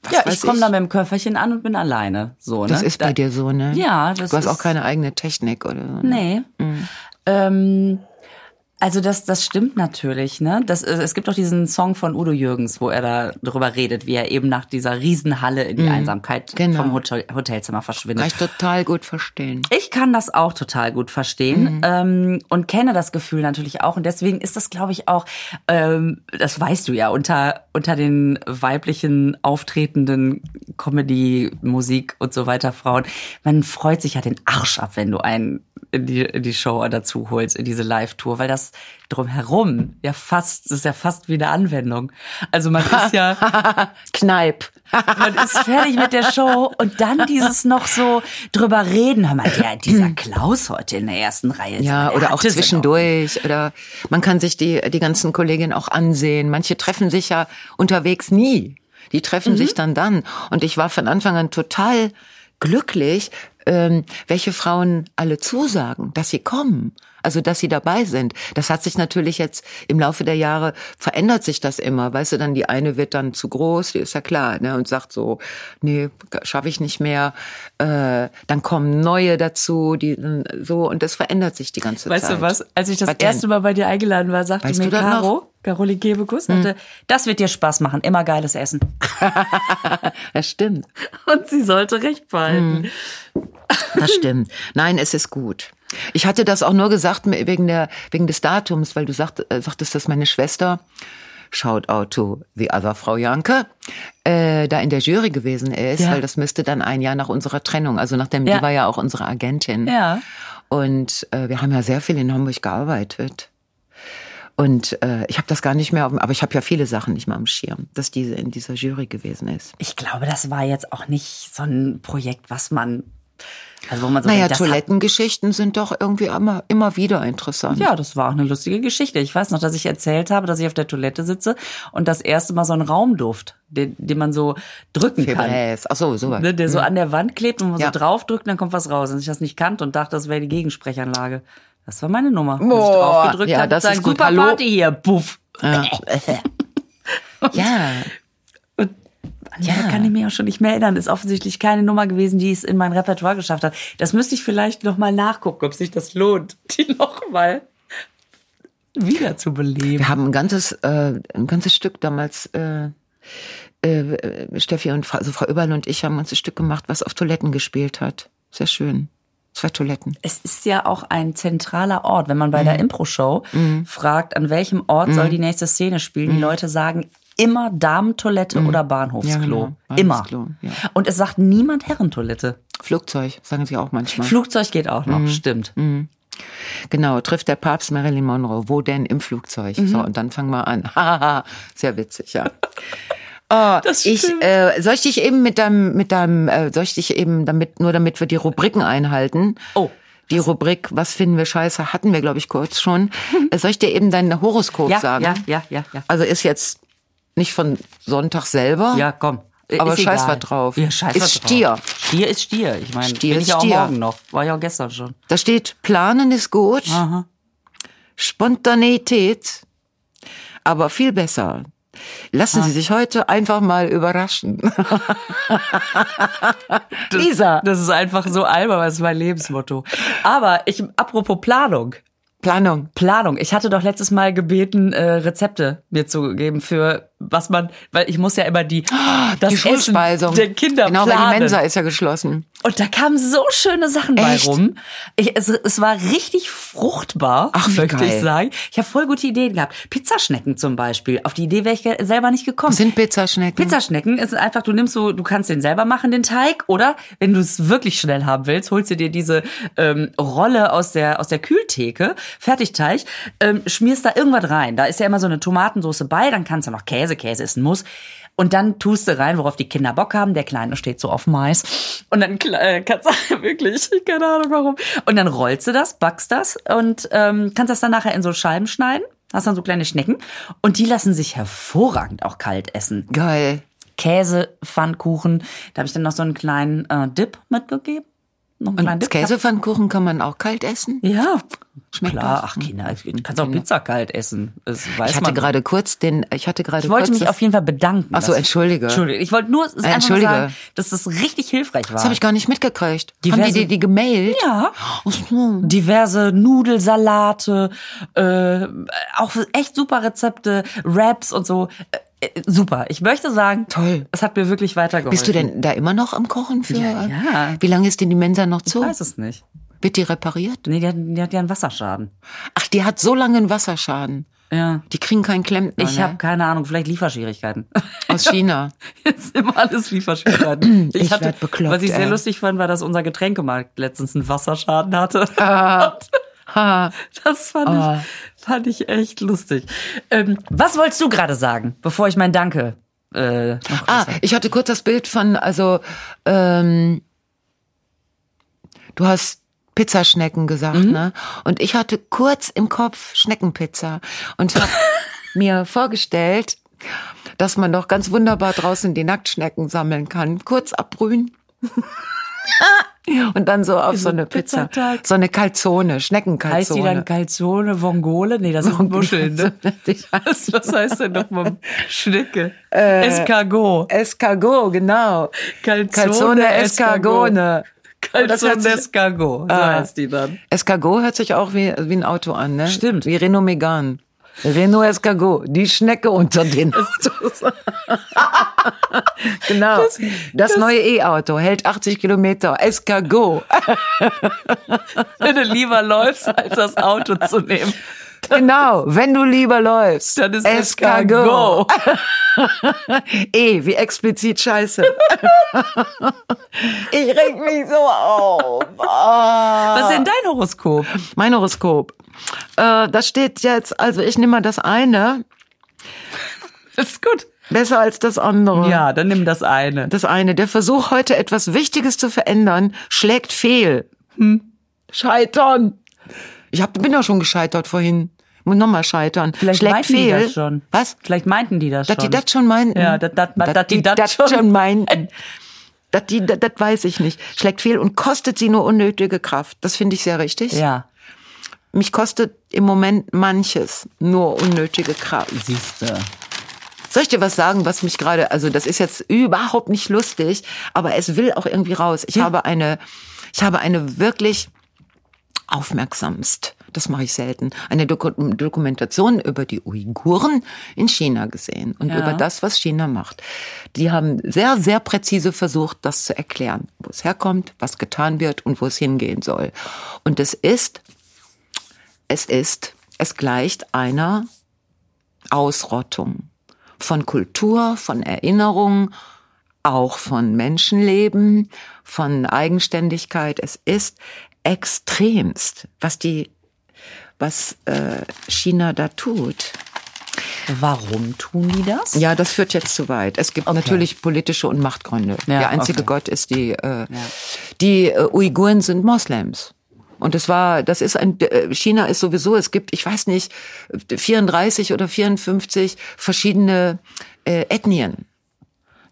[SPEAKER 1] was
[SPEAKER 2] Ja, ich
[SPEAKER 1] weiß
[SPEAKER 2] komme da mit dem Köfferchen an und bin alleine. So, ne?
[SPEAKER 1] das ist bei
[SPEAKER 2] Da-
[SPEAKER 1] dir so, ne?
[SPEAKER 2] Ja, das
[SPEAKER 1] Du hast
[SPEAKER 2] ist-
[SPEAKER 1] auch keine eigene Technik oder so. ne?
[SPEAKER 2] Nee. Ähm, also das, das stimmt natürlich, ne? Das, äh, es gibt auch diesen Song von Udo Jürgens, wo er da drüber redet, wie er eben nach dieser Riesenhalle in die Einsamkeit
[SPEAKER 1] Genau.
[SPEAKER 2] vom Hotel, Hotelzimmer verschwindet.
[SPEAKER 1] Kann ich total gut verstehen.
[SPEAKER 2] Ich kann das auch total gut verstehen ähm, und kenne das Gefühl natürlich auch. Und deswegen ist das, glaube ich, auch, ähm, das weißt du ja, unter, unter den weiblichen auftretenden Comedy, Musik und so weiter Frauen. Man freut sich ja den Arsch ab, wenn du einen in die, in die Show dazu holst, in diese Live-Tour, weil das drumherum ja fast, das ist ja fast wie eine Anwendung. Also man ist ja,
[SPEAKER 1] Kneip.
[SPEAKER 2] man ist fertig mit der Show und dann dieses noch so drüber reden. Hör mal, der, dieser Klaus heute in der ersten Reihe.
[SPEAKER 1] Ja,
[SPEAKER 2] der
[SPEAKER 1] oder auch
[SPEAKER 2] hatte sie
[SPEAKER 1] zwischendurch. Oder man kann sich die, die ganzen Kolleginnen auch ansehen. Manche treffen sich ja unterwegs nie. Die treffen
[SPEAKER 2] Mhm.
[SPEAKER 1] sich dann dann. Und ich war von Anfang an total glücklich, ähm, welche Frauen alle zusagen, dass sie kommen. Also, dass sie dabei sind. Das hat sich natürlich jetzt im Laufe der Jahre verändert sich das immer. Weißt du, dann die eine wird dann zu groß, die ist ja klar, ne, und sagt so, nee, schaffe ich nicht mehr. Äh, dann kommen neue dazu, die äh, so, und das verändert sich die ganze
[SPEAKER 2] Weißt
[SPEAKER 1] Zeit.
[SPEAKER 2] du was? Als ich das
[SPEAKER 1] Was denn?
[SPEAKER 2] erste Mal bei dir eingeladen war, sagte
[SPEAKER 1] Weißt
[SPEAKER 2] mir
[SPEAKER 1] du das noch? Hm.
[SPEAKER 2] Caro, Caroline Gebekus, sagte, das wird dir Spaß machen, immer geiles Essen.
[SPEAKER 1] Das stimmt.
[SPEAKER 2] Und sie sollte recht
[SPEAKER 1] Hm.
[SPEAKER 2] behalten.
[SPEAKER 1] Das stimmt. Nein, es ist gut. Ich hatte das auch nur gesagt wegen der wegen des Datums, weil du sagt, äh, sagtest, dass meine Schwester Shout out to the other Frau Janke, äh, da in der Jury gewesen ist,
[SPEAKER 2] Ja.
[SPEAKER 1] weil das müsste dann ein Jahr nach unserer Trennung, also nachdem
[SPEAKER 2] Ja.
[SPEAKER 1] die war ja auch unsere Agentin.
[SPEAKER 2] Ja.
[SPEAKER 1] Und äh, wir haben ja sehr viel in Hamburg gearbeitet. Und äh, ich habe das gar nicht mehr, auf, dem- aber ich habe ja viele Sachen nicht mehr am Schirm, dass diese in dieser Jury gewesen ist.
[SPEAKER 2] Ich glaube, das war jetzt auch nicht so ein Projekt, was man, also wo man so
[SPEAKER 1] Naja,
[SPEAKER 2] denkt, das hat
[SPEAKER 1] Toilettengeschichten sind doch irgendwie immer, immer wieder interessant.
[SPEAKER 2] Ja, das war auch eine lustige Geschichte. Ich weiß noch, dass ich erzählt habe, dass ich auf der Toilette sitze und das erste Mal so einen Raumduft, den, den man so drücken kann.
[SPEAKER 1] Febräs. Ach so, sowas.
[SPEAKER 2] Ne, der so an der Wand klebt und man
[SPEAKER 1] Mhm. Ja.
[SPEAKER 2] so draufdrückt und dann kommt was raus. Und ich das nicht kannte und dachte, das wäre die Gegensprechanlage. Das war meine Nummer. Als ich
[SPEAKER 1] Boah.
[SPEAKER 2] draufgedrückt
[SPEAKER 1] Ja,
[SPEAKER 2] habe,
[SPEAKER 1] das
[SPEAKER 2] sagen,
[SPEAKER 1] ist gut.
[SPEAKER 2] super
[SPEAKER 1] Hallo.
[SPEAKER 2] Party hier. Puff. Äh,
[SPEAKER 1] Ja. ja.
[SPEAKER 2] Ja. Da kann ich mich auch schon nicht mehr erinnern. Ist offensichtlich keine Nummer gewesen, die es in mein Repertoire geschafft hat. Das müsste ich vielleicht nochmal nachgucken, ob sich das lohnt, die nochmal wieder zu beleben.
[SPEAKER 1] Wir haben ein ganzes, äh, ein ganzes Stück damals, äh, äh, Steffi und Frau, also Frau Überl und ich haben ein ganzes Stück gemacht, was auf Toiletten gespielt hat. Sehr schön. Zwei Toiletten.
[SPEAKER 2] es ist ja auch ein zentraler Ort. Wenn man bei
[SPEAKER 1] Mhm.
[SPEAKER 2] der Impro-Show fragt, an welchem Ort soll die nächste Szene spielen, die Leute sagen immer Damentoilette oder Bahnhofsklo.
[SPEAKER 1] Mhm. Ja, genau.
[SPEAKER 2] Immer.
[SPEAKER 1] Bahnhofsklo, ja.
[SPEAKER 2] Und es sagt niemand Herrentoilette.
[SPEAKER 1] Flugzeug, sagen sie auch manchmal.
[SPEAKER 2] Flugzeug geht auch
[SPEAKER 1] Mhm.
[SPEAKER 2] noch, stimmt.
[SPEAKER 1] genau, trifft der Papst Marilyn Monroe. Wo denn? Im Flugzeug. So,
[SPEAKER 2] Mhm.
[SPEAKER 1] und dann fangen wir an. Haha, Sehr witzig, ja. Oh,
[SPEAKER 2] Das
[SPEAKER 1] ich,
[SPEAKER 2] stimmt.
[SPEAKER 1] äh, soll ich dich eben mit deinem, mit deinem, äh, soll ich dich eben damit, nur damit wir die Rubriken einhalten?
[SPEAKER 2] Oh.
[SPEAKER 1] Die Rubrik, was finden wir scheiße, hatten wir, glaube ich, kurz schon. Äh, soll ich dir eben dein Horoskop
[SPEAKER 2] Ja,
[SPEAKER 1] sagen?
[SPEAKER 2] ja, ja, ja, ja.
[SPEAKER 1] Also ist jetzt nicht von Sonntag selber.
[SPEAKER 2] Ja, komm. Äh, Ist
[SPEAKER 1] Aber scheiß
[SPEAKER 2] egal.
[SPEAKER 1] was drauf.
[SPEAKER 2] Ja, scheiß
[SPEAKER 1] Ist
[SPEAKER 2] was drauf.
[SPEAKER 1] Stier.
[SPEAKER 2] Stier ist Stier. Ich meine,
[SPEAKER 1] Stier
[SPEAKER 2] bin ich
[SPEAKER 1] ist
[SPEAKER 2] ja auch
[SPEAKER 1] Stier.
[SPEAKER 2] morgen noch. War ja auch gestern schon.
[SPEAKER 1] Da steht, planen ist gut, Spontaneität, aber viel besser.
[SPEAKER 2] Ah.
[SPEAKER 1] Lassen Sie sich heute einfach mal überraschen. Lisa,
[SPEAKER 2] Das ist einfach so albern, das ist mein Lebensmotto. Aber ich, apropos Planung.
[SPEAKER 1] Planung.
[SPEAKER 2] Planung. Ich hatte doch letztes Mal gebeten, äh, Rezepte mir zu geben für was man, weil ich muss ja immer die, das
[SPEAKER 1] Ah, die
[SPEAKER 2] Essen
[SPEAKER 1] Schulspeisung.
[SPEAKER 2] der Kinder
[SPEAKER 1] Genau,
[SPEAKER 2] planen.
[SPEAKER 1] weil die Mensa ist ja geschlossen.
[SPEAKER 2] Und da kamen so schöne Sachen
[SPEAKER 1] Echt?
[SPEAKER 2] bei rum. Ich, es, es war richtig fruchtbar,
[SPEAKER 1] Ach, wie
[SPEAKER 2] möchte
[SPEAKER 1] geil.
[SPEAKER 2] ich sagen. Ich habe voll gute Ideen gehabt. Pizzaschnecken zum Beispiel. Auf die Idee wäre ich ge- selber nicht gekommen.
[SPEAKER 1] Sind Pizzaschnecken.
[SPEAKER 2] Pizzaschnecken ist einfach, du nimmst so, du kannst den selber machen, den Teig, oder wenn du es wirklich schnell haben willst, holst du dir diese ähm, Rolle aus der, aus der Kühltheke, Fertigteig, ähm, schmierst da irgendwas rein. Da ist ja immer so eine Tomatensoße bei, dann kannst du noch Käse, Käse ist ein Muss. Und dann tust du rein, worauf die Kinder Bock haben. Der Kleine steht so auf Mais. Und dann kle- äh, kannst du wirklich, keine Ahnung warum. Und dann rollst du das, backst das und ähm, kannst das dann nachher in so Scheiben schneiden. Hast dann so kleine Schnecken. Und die lassen sich hervorragend auch kalt essen.
[SPEAKER 1] Geil.
[SPEAKER 2] Käse, Pfannkuchen. Da habe ich dann noch so einen kleinen äh, Dip mitgegeben. Noch einen kleinen
[SPEAKER 1] Und
[SPEAKER 2] Dip.
[SPEAKER 1] Käsepfannkuchen kann man auch kalt essen?
[SPEAKER 2] Ja,
[SPEAKER 1] Schmeckt
[SPEAKER 2] klar.
[SPEAKER 1] das?
[SPEAKER 2] Ach Kinder, du kannst auch Pizza kalt essen. Das weiß
[SPEAKER 1] Ich hatte
[SPEAKER 2] man.
[SPEAKER 1] gerade kurz den, ich hatte gerade
[SPEAKER 2] Ich wollte
[SPEAKER 1] kurz
[SPEAKER 2] mich auf jeden Fall bedanken.
[SPEAKER 1] Ach so,
[SPEAKER 2] dass-
[SPEAKER 1] entschuldige. Äh,
[SPEAKER 2] Entschuldige. Ich wollte nur es ist einfach nur
[SPEAKER 1] Entschuldige.
[SPEAKER 2] sagen, dass das richtig hilfreich war.
[SPEAKER 1] Das habe ich gar nicht mitgekriegt. Die Haben die
[SPEAKER 2] Diverse-
[SPEAKER 1] dir die gemailt?
[SPEAKER 2] ja.
[SPEAKER 1] Ach so.
[SPEAKER 2] Diverse Nudelsalate, äh, auch echt super Rezepte, Wraps und so. Äh, äh, super. Ich möchte sagen,
[SPEAKER 1] Toll.
[SPEAKER 2] Es hat mir wirklich weitergeholfen.
[SPEAKER 1] Bist du denn da immer noch am Kochen für?
[SPEAKER 2] Ja, ja.
[SPEAKER 1] Wie lange ist denn die Mensa noch
[SPEAKER 2] Ich
[SPEAKER 1] zu?
[SPEAKER 2] weiß es nicht.
[SPEAKER 1] Wird die repariert?
[SPEAKER 2] Nee, die hat, die hat ja einen Wasserschaden.
[SPEAKER 1] Ach, die hat so lange einen Wasserschaden.
[SPEAKER 2] Ja.
[SPEAKER 1] Die kriegen keinen Klempner.
[SPEAKER 2] Ich
[SPEAKER 1] ne?
[SPEAKER 2] habe keine Ahnung, vielleicht Lieferschwierigkeiten.
[SPEAKER 1] aus China.
[SPEAKER 2] Jetzt immer alles Lieferschwierigkeiten.
[SPEAKER 1] Ich werd bekloppt,
[SPEAKER 2] Was ich sehr
[SPEAKER 1] ey.
[SPEAKER 2] lustig fand, war, dass unser Getränkemarkt letztens einen Wasserschaden hatte.
[SPEAKER 1] Ha.
[SPEAKER 2] Das fand,
[SPEAKER 1] Ah.
[SPEAKER 2] ich, fand ich echt lustig. Ähm, was wolltest du gerade sagen, bevor ich mein Danke? Äh, noch
[SPEAKER 1] Ah,
[SPEAKER 2] äußere?
[SPEAKER 1] ich hatte kurz das Bild von, also, ähm, du hast Pizzaschnecken gesagt,
[SPEAKER 2] Mhm.
[SPEAKER 1] ne? Und ich hatte kurz im Kopf Schneckenpizza und habe mir vorgestellt, dass man doch ganz wunderbar draußen die Nacktschnecken sammeln kann. Kurz abbrühen. Und dann so auf so eine Pizza.
[SPEAKER 2] Pizzateig.
[SPEAKER 1] So eine Calzone, Schneckenkalzone.
[SPEAKER 2] heißt die dann Calzone, Vongole? Nee, das sind Muscheln, ne? Was, was heißt denn nochmal Schnecke?
[SPEAKER 1] Äh, oh,
[SPEAKER 2] Escargot.
[SPEAKER 1] Escargot, genau.
[SPEAKER 2] Calzone,
[SPEAKER 1] Calzone Escargone. Oh, das hört
[SPEAKER 2] Calzone
[SPEAKER 1] sich-
[SPEAKER 2] Escargot, so
[SPEAKER 1] Ah.
[SPEAKER 2] heißt die dann.
[SPEAKER 1] Escargot hört sich auch wie, wie ein Auto an, ne?
[SPEAKER 2] Stimmt.
[SPEAKER 1] Wie Renault Megane. Renault Escargot, die Schnecke unter den Autos. genau. Das, neue E-Auto hält 80 Kilometer. Escargot.
[SPEAKER 2] Wenn du lieber läufst, als das Auto zu nehmen,
[SPEAKER 1] Genau. Wenn du lieber läufst.
[SPEAKER 2] dann ist Escargot.
[SPEAKER 1] E, wie explizit scheiße. ich reg mich so auf. Ah.
[SPEAKER 2] Was ist denn dein Horoskop?
[SPEAKER 1] Mein Horoskop. Äh, das steht jetzt, also ich nehme mal das eine,
[SPEAKER 2] Das ist gut.
[SPEAKER 1] besser als das andere.
[SPEAKER 2] Ja, dann nimm das eine.
[SPEAKER 1] Das eine, der Versuch, heute etwas Wichtiges zu verändern, schlägt fehl.
[SPEAKER 2] Hm.
[SPEAKER 1] Scheitern. Ich hab, bin ja schon gescheitert vorhin. Muss nochmal scheitern.
[SPEAKER 2] Vielleicht
[SPEAKER 1] schlägt
[SPEAKER 2] meinten die
[SPEAKER 1] fehl.
[SPEAKER 2] das schon.
[SPEAKER 1] Was?
[SPEAKER 2] Vielleicht meinten die das
[SPEAKER 1] Dass die
[SPEAKER 2] schon.
[SPEAKER 1] das schon meinten.
[SPEAKER 2] Ja, dat- dat- dat- dat die dat
[SPEAKER 1] dat
[SPEAKER 2] schon-
[SPEAKER 1] meinten. Das die, das weiß ich nicht. Schlägt fehl und kostet sie nur unnötige Kraft. Das finde ich sehr richtig.
[SPEAKER 2] ja,
[SPEAKER 1] Mich kostet im Moment manches nur unnötige Kraft.
[SPEAKER 2] siehste.
[SPEAKER 1] Soll ich dir was sagen, was mich gerade, also das ist jetzt überhaupt nicht lustig, aber es will auch irgendwie raus. Ich habe eine, ich habe eine wirklich aufmerksamst, das mache ich selten, eine Doku Dokumentation über die Uiguren in China gesehen und
[SPEAKER 2] Ja.
[SPEAKER 1] über das, was China macht. Die haben sehr, sehr präzise versucht, das zu erklären, wo es herkommt, was getan wird und wo es hingehen soll. Und es ist, es ist, es gleicht einer Ausrottung von Kultur, von Erinnerung, auch von Menschenleben, von Eigenständigkeit. Es ist extremst, was die, was äh, China da tut.
[SPEAKER 2] Warum tun die das?
[SPEAKER 1] Ja, das führt jetzt zu weit. Es gibt natürlich politische und Machtgründe.
[SPEAKER 2] Ja,
[SPEAKER 1] Der einzige
[SPEAKER 2] okay.
[SPEAKER 1] Gott ist die, äh, die äh, Uiguren sind Moslems. Und es war, das ist ein, äh, China ist sowieso, es gibt, ich weiß nicht, 34 oder 54 verschiedene äh, Ethnien.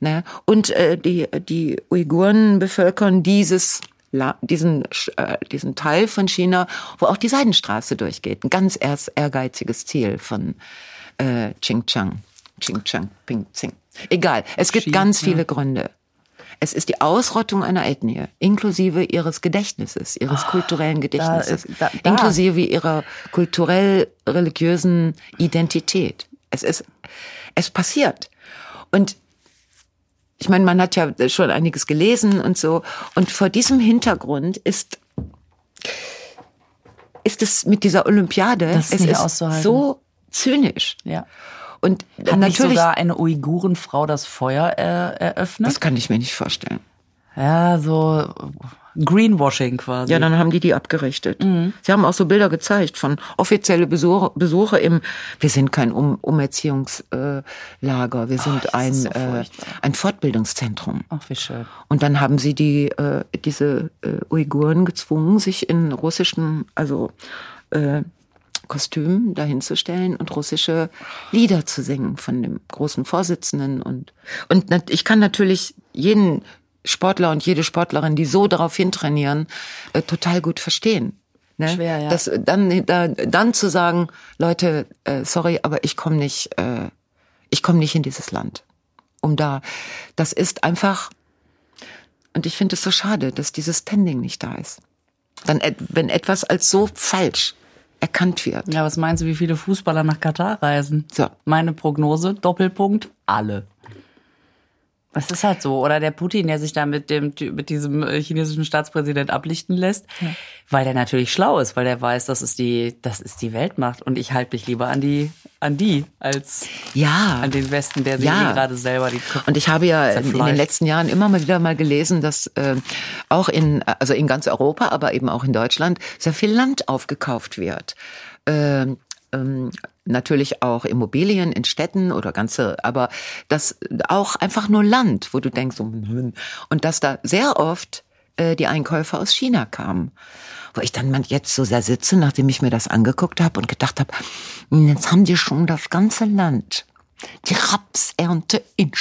[SPEAKER 1] Ne? Und äh, die, die Uiguren bevölkern dieses, La- diesen, Sch- äh, diesen Teil von China, wo auch die Seidenstraße durchgeht. Ein ganz erst ehrgeiziges Ziel von äh, Xinjiang. Xinjiang, Pingzing. Egal, es gibt ganz viele Gründe. Es ist die Ausrottung einer Ethnie, inklusive ihres Gedächtnisses, ihres kulturellen Gedächtnisses,
[SPEAKER 2] ist- Ah, da- da.
[SPEAKER 1] inklusive ihrer kulturell-religiösen Identität. Es ist Es passiert. Und ich meine, man hat ja schon einiges gelesen und so. Und vor diesem Hintergrund ist, ist es mit dieser Olympiade
[SPEAKER 2] Das ist
[SPEAKER 1] es
[SPEAKER 2] nicht auszuhalten.
[SPEAKER 1] so zynisch.
[SPEAKER 2] Ja.
[SPEAKER 1] Und
[SPEAKER 2] Hat nicht
[SPEAKER 1] natürlich,
[SPEAKER 2] sogar eine Uigurenfrau das Feuer äh, eröffnet?
[SPEAKER 1] das kann ich mir nicht vorstellen.
[SPEAKER 2] ja, so Greenwashing quasi.
[SPEAKER 1] Ja, dann haben die die abgerichtet. Sie haben auch so Bilder gezeigt von offizielle Besuche, Besuche im, wir sind kein um Umerziehungslager, wir sind
[SPEAKER 2] das
[SPEAKER 1] ein,
[SPEAKER 2] ist so
[SPEAKER 1] äh,
[SPEAKER 2] furchtbar.
[SPEAKER 1] ein Fortbildungszentrum.
[SPEAKER 2] Ach, wie schön.
[SPEAKER 1] Und dann haben sie die, äh, diese äh, Uiguren gezwungen, sich in russischen, also äh, Kostümen dahinzustellen und russische Lieder zu singen von dem großen Vorsitzenden. Und, und nat- ich kann natürlich jeden Sportler und jede Sportlerin, die so darauf hintrainieren, äh, total gut verstehen. Ne?
[SPEAKER 2] Schwer, ja.
[SPEAKER 1] Das, dann, da, dann zu sagen, Leute, äh, sorry, aber ich komme nicht, äh, ich komme nicht in dieses Land. Um da, das ist einfach, und ich finde es so schade, dass dieses Standing nicht da ist. Dann, et- wenn etwas als so falsch erkannt wird.
[SPEAKER 2] Ja, was meinst du, wie viele Fußballer nach Katar reisen?
[SPEAKER 1] So.
[SPEAKER 2] Meine Prognose, Doppelpunkt, alle. Das ist halt so. Oder der Putin, der sich da mit, dem, mit diesem äh, chinesischen Staatspräsident ablichten lässt, weil der natürlich schlau ist, weil der weiß, das ist die, das ist die Weltmacht. Und ich halte mich lieber an die, an die, als
[SPEAKER 1] Ja.
[SPEAKER 2] an den Westen, der sich
[SPEAKER 1] Ja.
[SPEAKER 2] eh gerade selber die Köpfe
[SPEAKER 1] Und ich habe ja in, in den
[SPEAKER 2] Zerfleischt.
[SPEAKER 1] letzten Jahren immer mal wieder mal gelesen, dass äh, auch in, also in ganz Europa, aber eben auch in Deutschland sehr viel Land aufgekauft wird. Ähm, ähm, natürlich auch Immobilien in Städten oder ganze, aber das auch einfach nur Land, wo du denkst, so, hm. und dass da sehr oft äh, die Einkäufer aus China kamen. Wo ich dann man- jetzt so sehr sitze, nachdem ich mir das angeguckt habe und gedacht habe, "Hm, jetzt haben die schon das ganze Land. Die Rapsernte in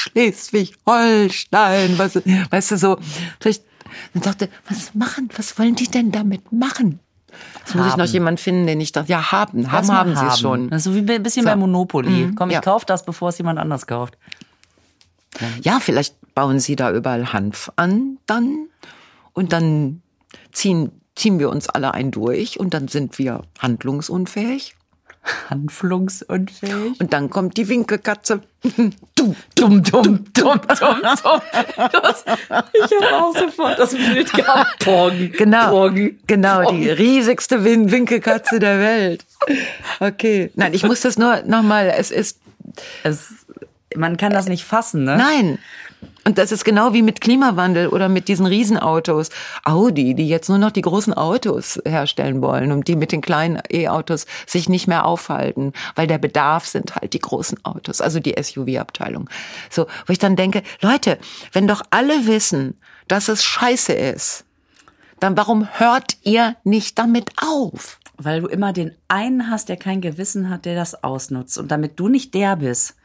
[SPEAKER 1] Schleswig-Holstein. Weißt, du- weißt du, so. Vielleicht, dann dachte, was machen, was wollen die denn damit machen? Jetzt muss ich noch
[SPEAKER 2] Haben.
[SPEAKER 1] jemanden finden, den ich dachte, ja, haben, haben,
[SPEAKER 2] Erstmal
[SPEAKER 1] haben sie es schon. Mhm.
[SPEAKER 2] Das ist so wie ein bisschen bei Monopoly. Komm, ich
[SPEAKER 1] ja.
[SPEAKER 2] kauf das, bevor es jemand anders kauft.
[SPEAKER 1] Ja, vielleicht bauen sie da überall Hanf an, dann, und dann ziehen, ziehen wir uns alle ein durch und dann sind wir handlungsunfähig.
[SPEAKER 2] Handlungsunfähig.
[SPEAKER 1] Und dann kommt die Winkelkatze.
[SPEAKER 2] dumm, dumm, dumm, dumm, dumm, dumm. Das, ich habe auch sofort das Bild gehabt. Pong, Pong.
[SPEAKER 1] genau, die riesigste Win- Winkelkatze der Welt. Okay. Nein, ich muss das nur nochmal, es ist,
[SPEAKER 2] Es, man kann das nicht fassen, ne?
[SPEAKER 1] nein. Und das ist genau wie mit Klimawandel oder mit diesen Riesenautos. Audi, die jetzt nur noch die großen Autos herstellen wollen und die mit den kleinen E-Autos sich nicht mehr aufhalten, weil der Bedarf sind halt die großen Autos, also die SUV-Abteilung. So, wo ich dann denke, Leute, wenn doch alle wissen, dass es scheiße ist, dann warum hört ihr nicht damit auf?
[SPEAKER 2] Weil du immer den einen hast, der kein Gewissen hat, der das ausnutzt. Und damit du nicht der bist,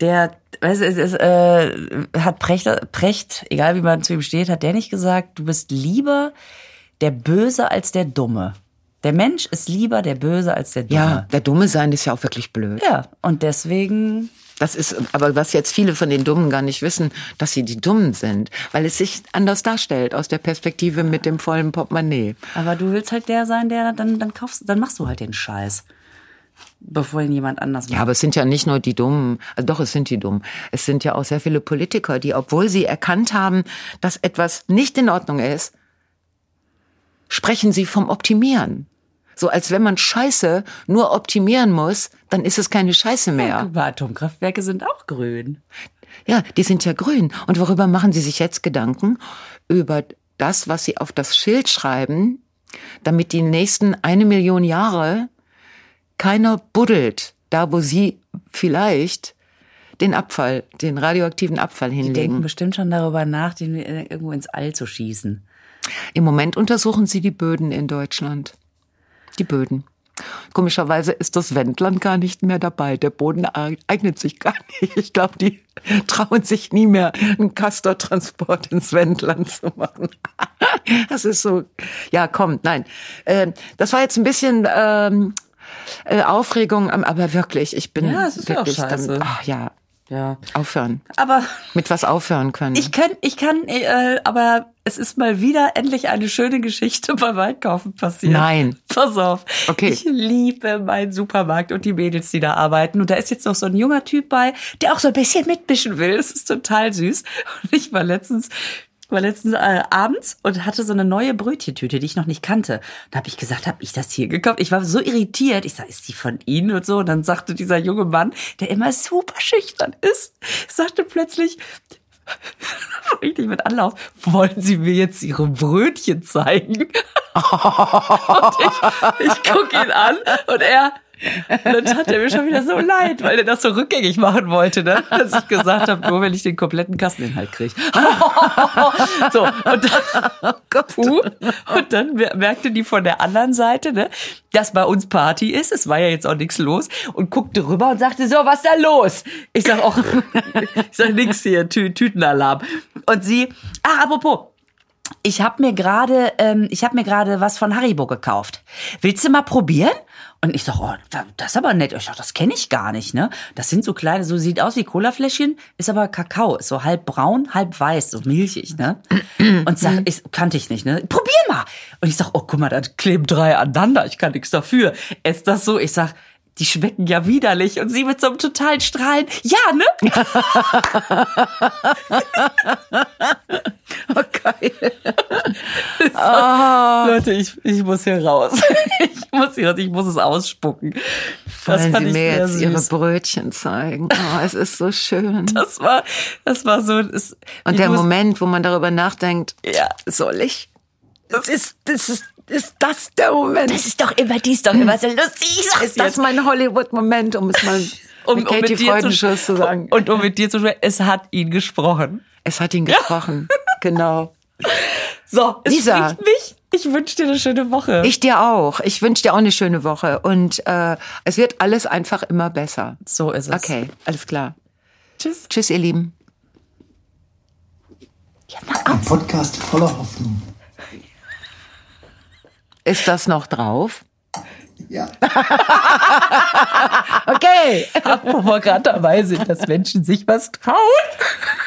[SPEAKER 2] der, weißt du, es ist, äh, hat Precht, Precht, egal wie man zu ihm steht, hat der nicht gesagt, du bist lieber der Böse als der Dumme. Der Mensch ist lieber der Böse als der
[SPEAKER 1] Ja,
[SPEAKER 2] Dumme.
[SPEAKER 1] der Dumme sein ist ja auch wirklich blöd.
[SPEAKER 2] Ja, und deswegen
[SPEAKER 1] Das ist, aber was jetzt viele von den Dummen gar nicht wissen, dass sie die Dummen sind, weil es sich anders darstellt aus der Perspektive mit dem vollen Portemonnaie.
[SPEAKER 2] Aber du willst halt der sein, der dann, dann kaufst, dann machst du halt den Scheiß. Bevor ihn jemand anders
[SPEAKER 1] Ja,
[SPEAKER 2] macht.
[SPEAKER 1] aber es sind ja nicht nur die Dummen, also doch, es sind die Dummen. Es sind ja auch sehr viele Politiker, die, obwohl sie erkannt haben, dass etwas nicht in Ordnung ist, sprechen sie vom Optimieren. So als wenn man Scheiße nur optimieren muss, dann ist es keine Scheiße mehr.
[SPEAKER 2] Aber Atomkraftwerke sind auch grün.
[SPEAKER 1] Ja, die sind ja grün. Und worüber machen Sie sich jetzt Gedanken? Über das, was Sie auf das Schild schreiben, damit die nächsten eine Million Jahre keiner buddelt, da wo Sie vielleicht den Abfall, den radioaktiven Abfall
[SPEAKER 2] Die denken
[SPEAKER 1] hinlegen.
[SPEAKER 2] bestimmt schon darüber nach, den irgendwo ins All zu schießen.
[SPEAKER 1] Im Moment untersuchen Sie die Böden in Deutschland. Die Böden. Komischerweise ist das Wendland gar nicht mehr dabei. Der Boden eignet sich gar nicht. Ich glaube, die trauen sich nie mehr, einen Castortransport ins Wendland zu machen. Das ist so. Ja, komm, nein. Ähm, Das war jetzt ein bisschen ähm, äh, Aufregung, am- aber wirklich, ich bin
[SPEAKER 2] Ja, es ist ja auch
[SPEAKER 1] wirklich
[SPEAKER 2] scheiße.
[SPEAKER 1] ach ja.
[SPEAKER 2] Ja.
[SPEAKER 1] Aufhören.
[SPEAKER 2] Aber
[SPEAKER 1] Mit was aufhören können.
[SPEAKER 2] ich kann, ich kann, äh, aber es ist mal wieder endlich eine schöne Geschichte beim Einkaufen passiert.
[SPEAKER 1] Nein.
[SPEAKER 2] Pass auf.
[SPEAKER 1] Okay.
[SPEAKER 2] Ich liebe meinen Supermarkt und die Mädels, die da arbeiten. Und da ist jetzt noch so ein junger Typ bei, der auch so ein bisschen mitmischen will. Das ist total süß. Und ich war letztens war letztens äh, abends und hatte so eine neue Brötchentüte, die ich noch nicht kannte. Da habe ich gesagt, habe ich das hier gekauft? Ich war so irritiert. Ich sage, ist die von Ihnen und so? Und dann sagte dieser junge Mann, der immer super schüchtern ist, sagte plötzlich, richtig mit Anlauf, wollen Sie mir jetzt Ihre Brötchen zeigen? Ich gucke ihn an und er. Und dann tat er mir schon wieder so leid, weil er das so rückgängig machen wollte, ne? dass ich gesagt habe, nur wenn ich den kompletten Kasseninhalt kriege. so, und dann, Puh. und dann mer- merkte die von der anderen Seite, ne, dass bei uns Party ist, es war ja jetzt auch nichts los, und guckte rüber und sagte, so, was ist da los? Ich sag auch, ich sag nix hier, Tü Tütenalarm. Und sie, ach, apropos, ich habe mir gerade, ähm, ich habe mir gerade was von Haribo gekauft. Willst du mal probieren? Und ich sag, oh, das ist aber nett. Ich sag, das kenne ich gar nicht, ne? Das sind so kleine, so sieht aus wie Colafläschchen, ist aber Kakao, ist so halb braun, halb weiß, so milchig, ne? Und sag, ich kannte ich nicht, ne? Probier mal. Und ich sag, oh, guck mal, da kleben drei aneinander. Ich kann nichts dafür. Ist das so? Ich sag, die schmecken ja widerlich. Und sie mit so einem totalen Strahlen. Ja, ne?
[SPEAKER 1] Okay. Oh.
[SPEAKER 2] Leute, ich, ich muss hier raus. Ich muss hier raus, ich muss es ausspucken.
[SPEAKER 1] Wollen Sie mir
[SPEAKER 2] sehr
[SPEAKER 1] jetzt Ihre
[SPEAKER 2] süß.
[SPEAKER 1] Brötchen zeigen? Oh, es ist so schön.
[SPEAKER 2] Das war, das war so. Es, ich
[SPEAKER 1] Und der
[SPEAKER 2] muss-
[SPEAKER 1] Moment, wo man darüber nachdenkt,
[SPEAKER 2] Ja.
[SPEAKER 1] soll ich? Das ist, das ist, ist das der Moment?
[SPEAKER 2] Das ist doch immer, die ist doch immer so lustig. Ich sag's
[SPEAKER 1] ist das
[SPEAKER 2] jetzt.
[SPEAKER 1] mein Hollywood-Moment, um es mal
[SPEAKER 2] Um,
[SPEAKER 1] mit
[SPEAKER 2] um
[SPEAKER 1] Katie
[SPEAKER 2] mit dir zu,
[SPEAKER 1] Freudenschuss zu sagen?
[SPEAKER 2] Und um mit dir zu sprechen. Es hat ihn gesprochen.
[SPEAKER 1] es hat ihn gesprochen. genau.
[SPEAKER 2] So, es
[SPEAKER 1] Lisa.
[SPEAKER 2] spricht mich. Ich wünsche dir eine schöne Woche.
[SPEAKER 1] Ich dir auch. Ich wünsche dir auch eine schöne Woche. Und äh, es wird alles einfach immer besser.
[SPEAKER 2] so ist es.
[SPEAKER 1] Okay, alles klar.
[SPEAKER 2] Tschüss.
[SPEAKER 1] Tschüss, ihr Lieben.
[SPEAKER 3] Ein Podcast voller Hoffnung.
[SPEAKER 1] Ist das noch drauf?
[SPEAKER 3] Ja.
[SPEAKER 1] Okay.
[SPEAKER 2] Ab, wo wir gerade dabei sind, dass Menschen sich was trauen.